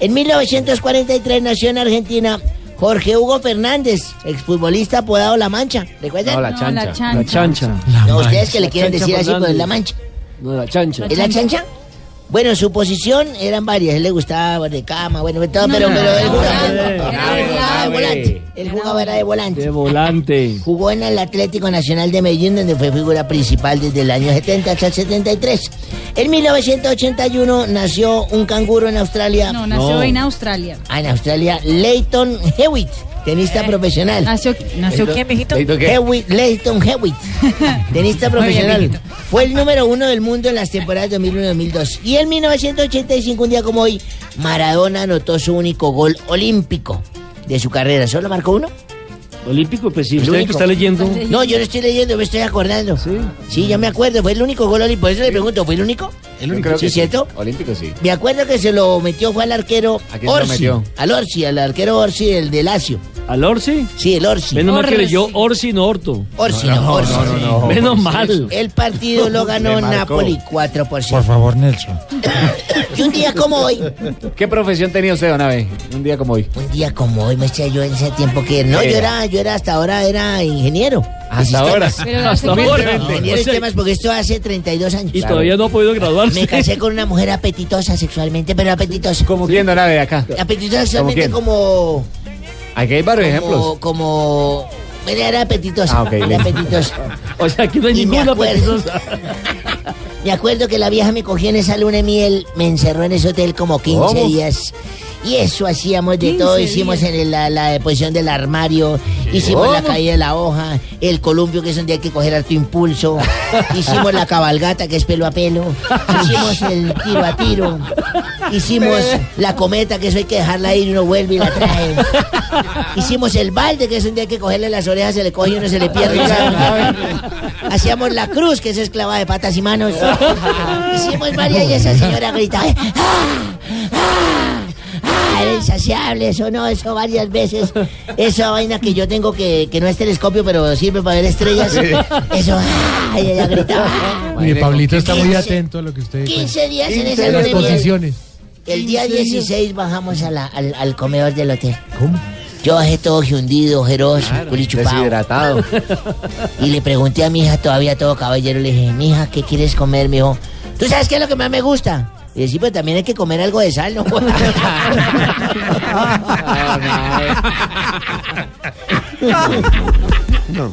S25: En 1943 nació en Argentina Jorge Hugo Fernández, exfutbolista apodado La Mancha. ¿Recuerdan?
S10: No, la chancha. La chancha.
S25: No, ustedes que le
S10: La
S25: quieren
S10: chancha
S25: decir así,
S10: Fernández.
S25: pues La Mancha.
S10: No, la chancha.
S25: ¿Es la chancha? Bueno, su posición eran varias. Él le gustaba de cama, bueno, de todo,
S10: No,
S25: pero,
S10: no,
S25: pero
S10: no,
S25: él
S10: no,
S25: jugaba,
S10: no,
S25: él
S10: no,
S25: jugaba de
S10: no,
S25: volante. Él jugaba era de volante.
S10: De volante.
S25: Jugó en el Atlético Nacional de Medellín, donde fue figura principal desde el año 70 hasta el 73. En 1981 nació un canguro en Australia.
S11: No, nació en Australia.
S25: Ah, en Australia, Leighton Hewitt. Tenista profesional.
S11: Eh. ¿Nació, nació quién, mijito?
S25: Hewitt, Leighton
S11: [LAUGHS]
S25: Hewitt. Tenista
S11: Muy bien,
S25: profesional.
S11: mijito.
S25: Fue el número uno del mundo en las temporadas 2001-2002. Y en 1985, un día como hoy, Maradona anotó su único gol olímpico de su carrera. ¿Solo marcó uno?
S10: Olímpico, pues sí,
S25: El
S10: usted que
S25: único.
S10: está leyendo.
S25: No, yo no estoy leyendo, me estoy acordando. Sí. yo me acuerdo. Fue el único gol olímpico. Por eso le pregunto, ¿fue el único? El único. ¿Sí, cierto?
S26: Olímpico, sí.
S25: Me acuerdo que se lo metió fue al arquero
S26: ¿A quién se lo
S25: Orsi.
S10: metió?
S25: Al Orsi, al arquero Orsi, el de Lazio.
S10: ¿Al Orsi?
S25: Sí, el Orsi.
S10: Menos mal que
S25: Orsi.
S10: leyó Orsi, no Orto.
S25: Orsi, no, No, no, Orsi. no, no, no.
S10: Menos mal.
S25: El partido lo ganó
S10: Le marcó.
S25: Napoli 4 por 0.
S18: Por favor, Nelson.
S25: Y un día como hoy,
S26: ¿Qué profesión tenía usted, don Abe? Un día como hoy. Eh,
S25: Un día como hoy, maestra, yo en ese tiempo que no, yo era, yo era hasta ahora era ingeniero. de
S26: Hasta
S25: sistemas.
S26: ahora. Pero
S25: Hasta
S26: hace
S25: ahora.
S26: cuánto.
S25: Ingeniero
S26: O
S25: de
S26: sea-
S25: sistemas porque esto hace 32 años.
S10: Y todavía no ha podido graduarse.
S25: Me casé con una mujer apetitosa sexualmente, pero apetitosa.
S26: Como viendo nada de acá.
S25: Apetitosa sexualmente
S26: quién?
S25: como
S26: Aquí hay varios
S25: como-
S26: ejemplos.
S25: Como. Mira, era apetitosa.
S26: Ah, ok,
S25: era
S26: listo.
S25: apetitosa.
S10: [LAUGHS] O sea, aquí no hay
S25: Y me
S10: ninguna
S25: acuerdo-
S10: apetitosa.
S25: Me acuerdo que la vieja me cogió en esa luna de miel, me encerró en ese hotel como 15 ¿Cómo? días. Y eso hacíamos de 15 todo. Hicimos en el- la, la posición del armario, hicimos la ¿Cómo? caída de la hoja, el columpio, que es donde hay que coger alto [LAUGHS] impulso. Hicimos la cabalgata, que es pelo a pelo. Hicimos el tiro a tiro. Hicimos la cometa, que eso hay que dejarla ir y uno vuelve y la trae. Hicimos el balde, que es donde hay que cogerle las orejas, se le coge y uno se le pierde. no sabe dónde Hacíamos la cruz, que es esclava de patas y manos. Hicimos varias y esa señora gritaba. ¡Ah! ¡Ah! ¡Ah! Era insaciable, eso no, eso varias veces. Esa vaina que yo tengo que, que no es telescopio, pero sirve para ver estrellas.
S19: Sí.
S25: Eso, ¡ah! y ella gritaba. ¡ah!
S19: Mire, Pablito está muy
S25: 15,
S19: atento a lo que usted
S25: 15 días en esa
S19: en
S25: luna
S19: las
S25: de miel.
S19: posiciones.
S25: El día 16 bajamos a la- al, al comedor del hotel.
S19: ¿Cómo?
S25: Yo bajé todo hundido, ojeroso, culichupado.
S26: Deshidratado.
S25: Y le pregunté a mi hija, todavía todo caballero, le dije, mija, ¿qué quieres comer? Me dijo, ¿tú sabes qué es lo que más me gusta? Y le dije, sí, pero también hay que comer algo de
S32: [LAUGHS]
S25: sal, ¿no?
S10: No.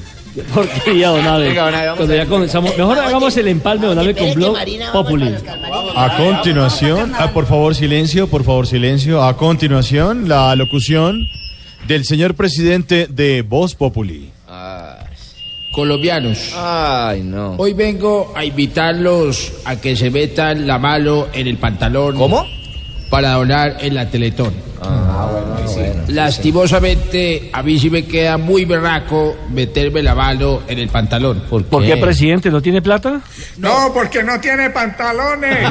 S10: Porquería, don Abe.
S6: Venga, don Abe, vamos
S10: Cuando ya comenzamos. Mejor hagamos el empalme, don Abe, con Blog Populi.
S6: A continuación, ah, por favor silencio, por favor silencio. A continuación, la locución del señor presidente de Voz Populi.
S13: Colombianos. Ay, no. Hoy vengo a invitarlos a que se metan la mano en el pantalón. ¿Cómo? Ah, Para donar en la Teletón. Lastimosamente, a mí sí me queda muy berraco meterme la mano en el pantalón. ¿Por
S10: ¿Por qué, presidente? ¿No tiene plata?
S13: No, porque no tiene pantalones.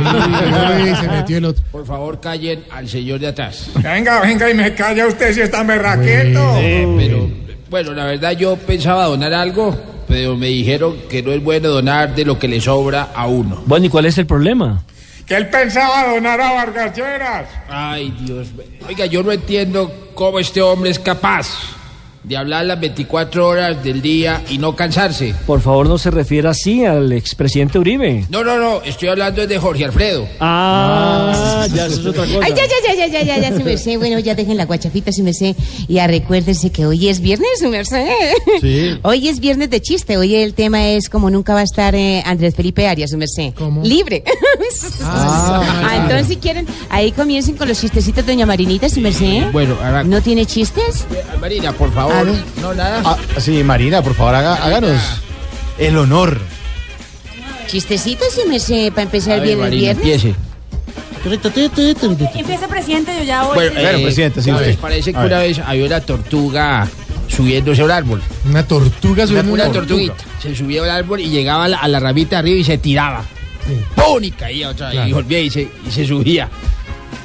S13: se metió el otro. Por favor, callen al señor de atrás. Venga, venga y me calla usted si está berraqueto. Eh, pero, bueno, la verdad yo pensaba donar algo, pero me dijeron que no es bueno donar de lo que le sobra a uno.
S10: Bueno, ¿y cuál es el problema?
S13: Que él pensaba donar a Vargas Ay, Dios. Oiga, yo no entiendo cómo este hombre es capaz de hablar las 24 horas del día y no cansarse.
S10: Por favor, no se refiera así al expresidente Uribe.
S13: No, no, no, estoy hablando de Jorge Alfredo.
S10: Ah, ya, eso es otra cosa.
S14: Ay, ya, ya, ya, ya, ya, ya, ya, su merced. Bueno, ya dejen la guachafita, su merced. Y a recuérdense que hoy es viernes, su merced.
S13: Sí.
S14: Hoy es viernes de chiste. Hoy el tema es como nunca va a estar eh, Andrés Felipe Arias, su merced.
S13: [LAUGHS]
S14: Libre. Ah, entonces, si quieren, ahí comiencen con los chistecitos, doña Marinita, su merced.
S13: Bueno, ahora...
S14: ¿No tiene chistes?
S13: Marina, por
S14: A
S13: favor.
S14: ver.
S13: No, nada.
S6: Ah, sí, Marina, por favor, haga- háganos el honor.
S14: Chistecitos, su merced, para empezar bien el
S13: Marina,
S14: viernes.
S13: empiece.
S11: Empieza, presidente, yo ya voy.
S13: Bueno, eh, a ver,
S11: usted.
S13: Parece que
S11: A ver.
S13: una vez había una tortuga subiéndose a un árbol.
S6: Una tortuga
S13: Una,
S6: subiendo
S13: una
S6: un-
S13: tortuguita. Se subía al árbol y llegaba a la, a la ramita arriba y se tiraba. ¡Pum! Y caía otra vez. Y
S6: Claro.
S13: volvía y se, y se subía.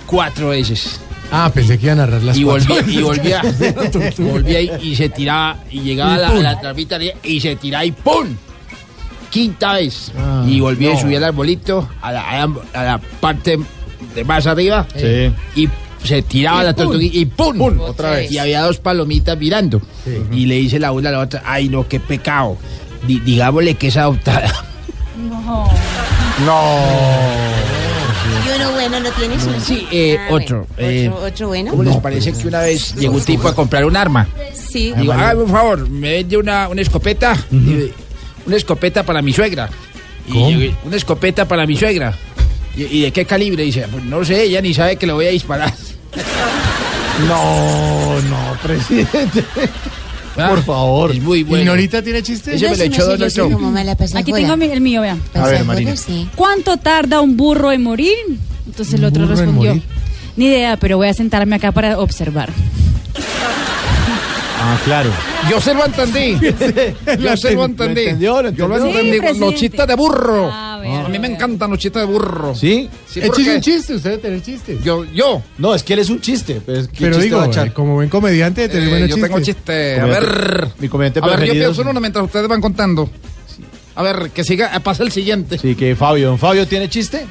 S13: Cuatro veces.
S6: Ah, pensé que iba a narrar las
S13: y
S6: cuatro.
S13: volvía,
S26: [LAUGHS]
S13: y volvía, volvía y, y se tiraba, y llegaba a la, a la ramita arriba y se tiraba y ¡pum! Quinta vez. y volvía y
S6: Ah, no.
S13: subía al arbolito, a la, a la- a la parte de más arriba.
S6: Sí.
S13: Y se tiraba
S6: Y
S13: la
S6: ¡pum!
S13: tortuga y ¡pum!
S6: Otra vez.
S13: Y había dos palomitas mirando. Y le dice la una a la otra, ay no, qué pecado. Di- digámosle que es adoptada.
S11: No.
S14: ¿Y uno bueno no tiene, su merced?
S13: Sí, eh,
S14: Ah,
S13: otro. eh,
S14: bueno. ¿Otro bueno?
S13: ¿Cómo les parece que una vez llegó un tipo a comprar un arma?
S14: Sí.
S25: Ah,
S13: Digo, ah, hágame un favor, me vende una, una escopeta. Y- Una escopeta para mi suegra. Y yo, una escopeta para mi
S25: [LAUGHS]
S13: suegra. ¿Y, y de qué calibre? Dice, "Pues no sé, ella ni sabe que le voy a disparar.
S8: No, no, presidente.
S13: Ah,
S8: Por favor. Es muy
S26: bueno. ¿Ignorita tiene chiste?
S8: Ella me lo echó Donald Trump.
S11: Aquí tengo mi- el mío, vean.
S8: A ver, Marina.
S11: ¿Cuánto tarda un burro en morir? Entonces el otro
S13: burro en
S11: respondió,
S13: morir?
S11: ni idea, pero voy a sentarme acá para observar.
S25: Ah, claro.
S13: Yo se
S25: [LAUGHS]
S13: lo entendí. [LAUGHS] Yo se lo entendí. Yo
S25: entendió?
S13: lo entendí
S25: Sí,
S13: con
S25: presidente. Ah,
S13: nochita de burro. A, mí me encantan nochitas de burro.
S25: ¿Sí?
S26: Échese un
S13: chiste, usted tiene chiste. Yo, yo.
S25: No, es que él es un chiste. Pero, ¿qué
S26: Pero
S25: chiste
S26: digo,
S25: va a echar?
S26: eh, como buen comediante, tenés
S13: Eh,
S26: buenos
S13: yo
S26: chistes.
S13: tengo chiste. A
S25: Comediante-
S13: ver.
S25: Mi comediante
S13: A ver, yo
S25: preferido.
S13: pienso
S26: [LAUGHS]
S13: en uno mientras ustedes van contando. A ver, que siga, eh, pasa el siguiente.
S25: Sí, que Fabio. ¿Don Fabio tiene chiste?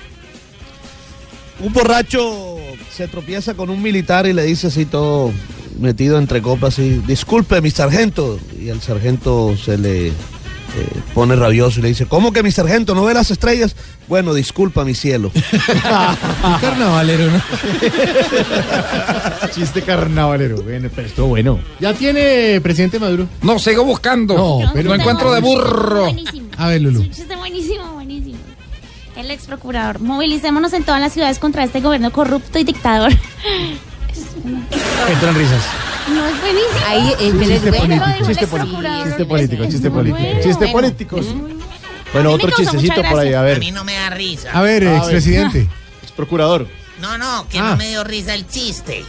S8: Un borracho se tropieza con un militar y le dice así todo metido entre copas y disculpe mi sargento. Y el sargento se le eh, pone rabioso y le dice, ¿cómo que mi sargento no ve las estrellas? Bueno, disculpa mi cielo.
S26: carnavalero, ¿no?
S25: [LAUGHS] Chiste carnavalero. Bueno, pero estuvo bueno.
S26: Ya tiene presidente Maduro.
S13: No, sigo buscando.
S26: No, pero
S13: Lo encuentro de burro.
S32: Buenísimo.
S26: A ver, Lulu.
S32: Chiste buenísimo, buenísimo. El ex procurador. Movilicémonos en todas las ciudades contra este gobierno corrupto y dictador.
S26: Entran risas.
S32: No es buenísimo.
S33: Ahí, eh, pero es
S25: Chiste
S33: bueno.
S25: político,
S32: dijo el
S25: chiste
S32: ex
S25: político,
S32: procurador.
S25: chiste político, chiste político,
S32: bueno.
S25: chiste
S32: Bueno,
S25: político. Bueno, otro
S32: causa mucha
S25: chistecito por ahí,
S32: gracia.
S25: a
S32: A
S25: ver.
S32: mí no me da risa.
S26: A ver, [LAUGHS] expresidente.
S25: Procurador.
S32: [LAUGHS] No, no, que
S26: Ah.
S32: no me dio risa el chiste.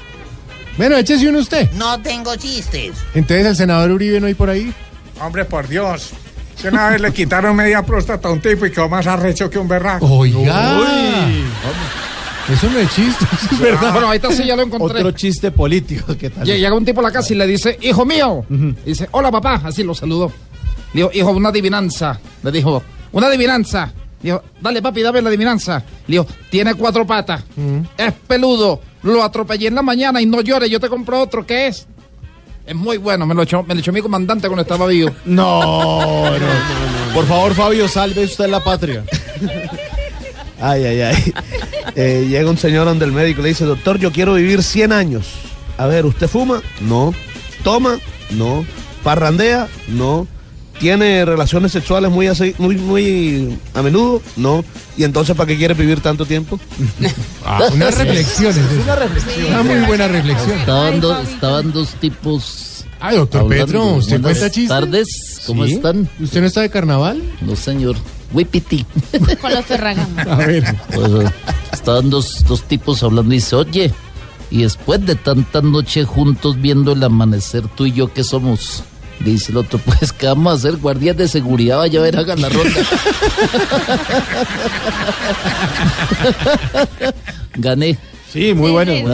S26: Bueno, échese uno usted.
S32: No tengo chistes.
S26: Entonces, el senador Uribe no hay por ahí.
S34: Hombre, por Dios. Que una vez le quitaron media próstata a un tipo y quedó más arrecho que un berraco.
S26: Oiga. Eso no es chiste,
S13: [LAUGHS]
S26: eso es verdad.
S13: Ah, bueno, ahí está, sí, ya lo encontré.
S25: Otro chiste político, ¿qué tal?
S13: Lle- Llega un tipo a la casa y le dice, hijo mío. Dice, hola papá, así lo saludó. Le dijo, hijo, una adivinanza. Le dijo, una adivinanza. Le dijo, dale papi, dame la adivinanza. Le dijo, tiene cuatro patas, es peludo, lo atropellé en la mañana y no llores, yo te compro otro, ¿qué es? Es muy bueno, me lo echó, me lo echó mi comandante cuando estaba vivo.
S25: [LAUGHS] No, no, Por favor, Fabio, salve usted la patria.
S8: Ay, ay, ay. Eh, llega un señor donde el médico y le dice, doctor, yo quiero vivir 100 años. A ver, ¿usted fuma? No. ¿Toma? No. ¿Parrandea? No. ¿Tiene relaciones sexuales muy, así- muy, muy a menudo? No. ¿Y entonces para qué quiere vivir tanto tiempo?
S26: Ah, Unas
S8: [LAUGHS]
S26: reflexiones.
S8: Una
S26: reflexión. Una muy buena reflexión.
S21: Estaban, do- estaban dos tipos.
S26: Ah, doctor Petro, ¿usted
S21: Buenas
S26: cuenta chistes?
S21: tardes, ¿cómo
S26: Sí.
S21: están?
S26: ¿Usted no está de carnaval?
S21: No, señor. Whippity.
S32: [LAUGHS] Con los ferragamos.
S26: A ver.
S21: Pues, eh, estaban dos, dos tipos hablando y dice, oye, y después de tantas noches juntos viendo el amanecer, tú y yo, ¿qué somos? Dice el otro, [LAUGHS] pues, ¿qué vamos a hacer? Guardias de seguridad, vaya a ver, hagan la ronda. Gané.
S25: Sí, muy bueno.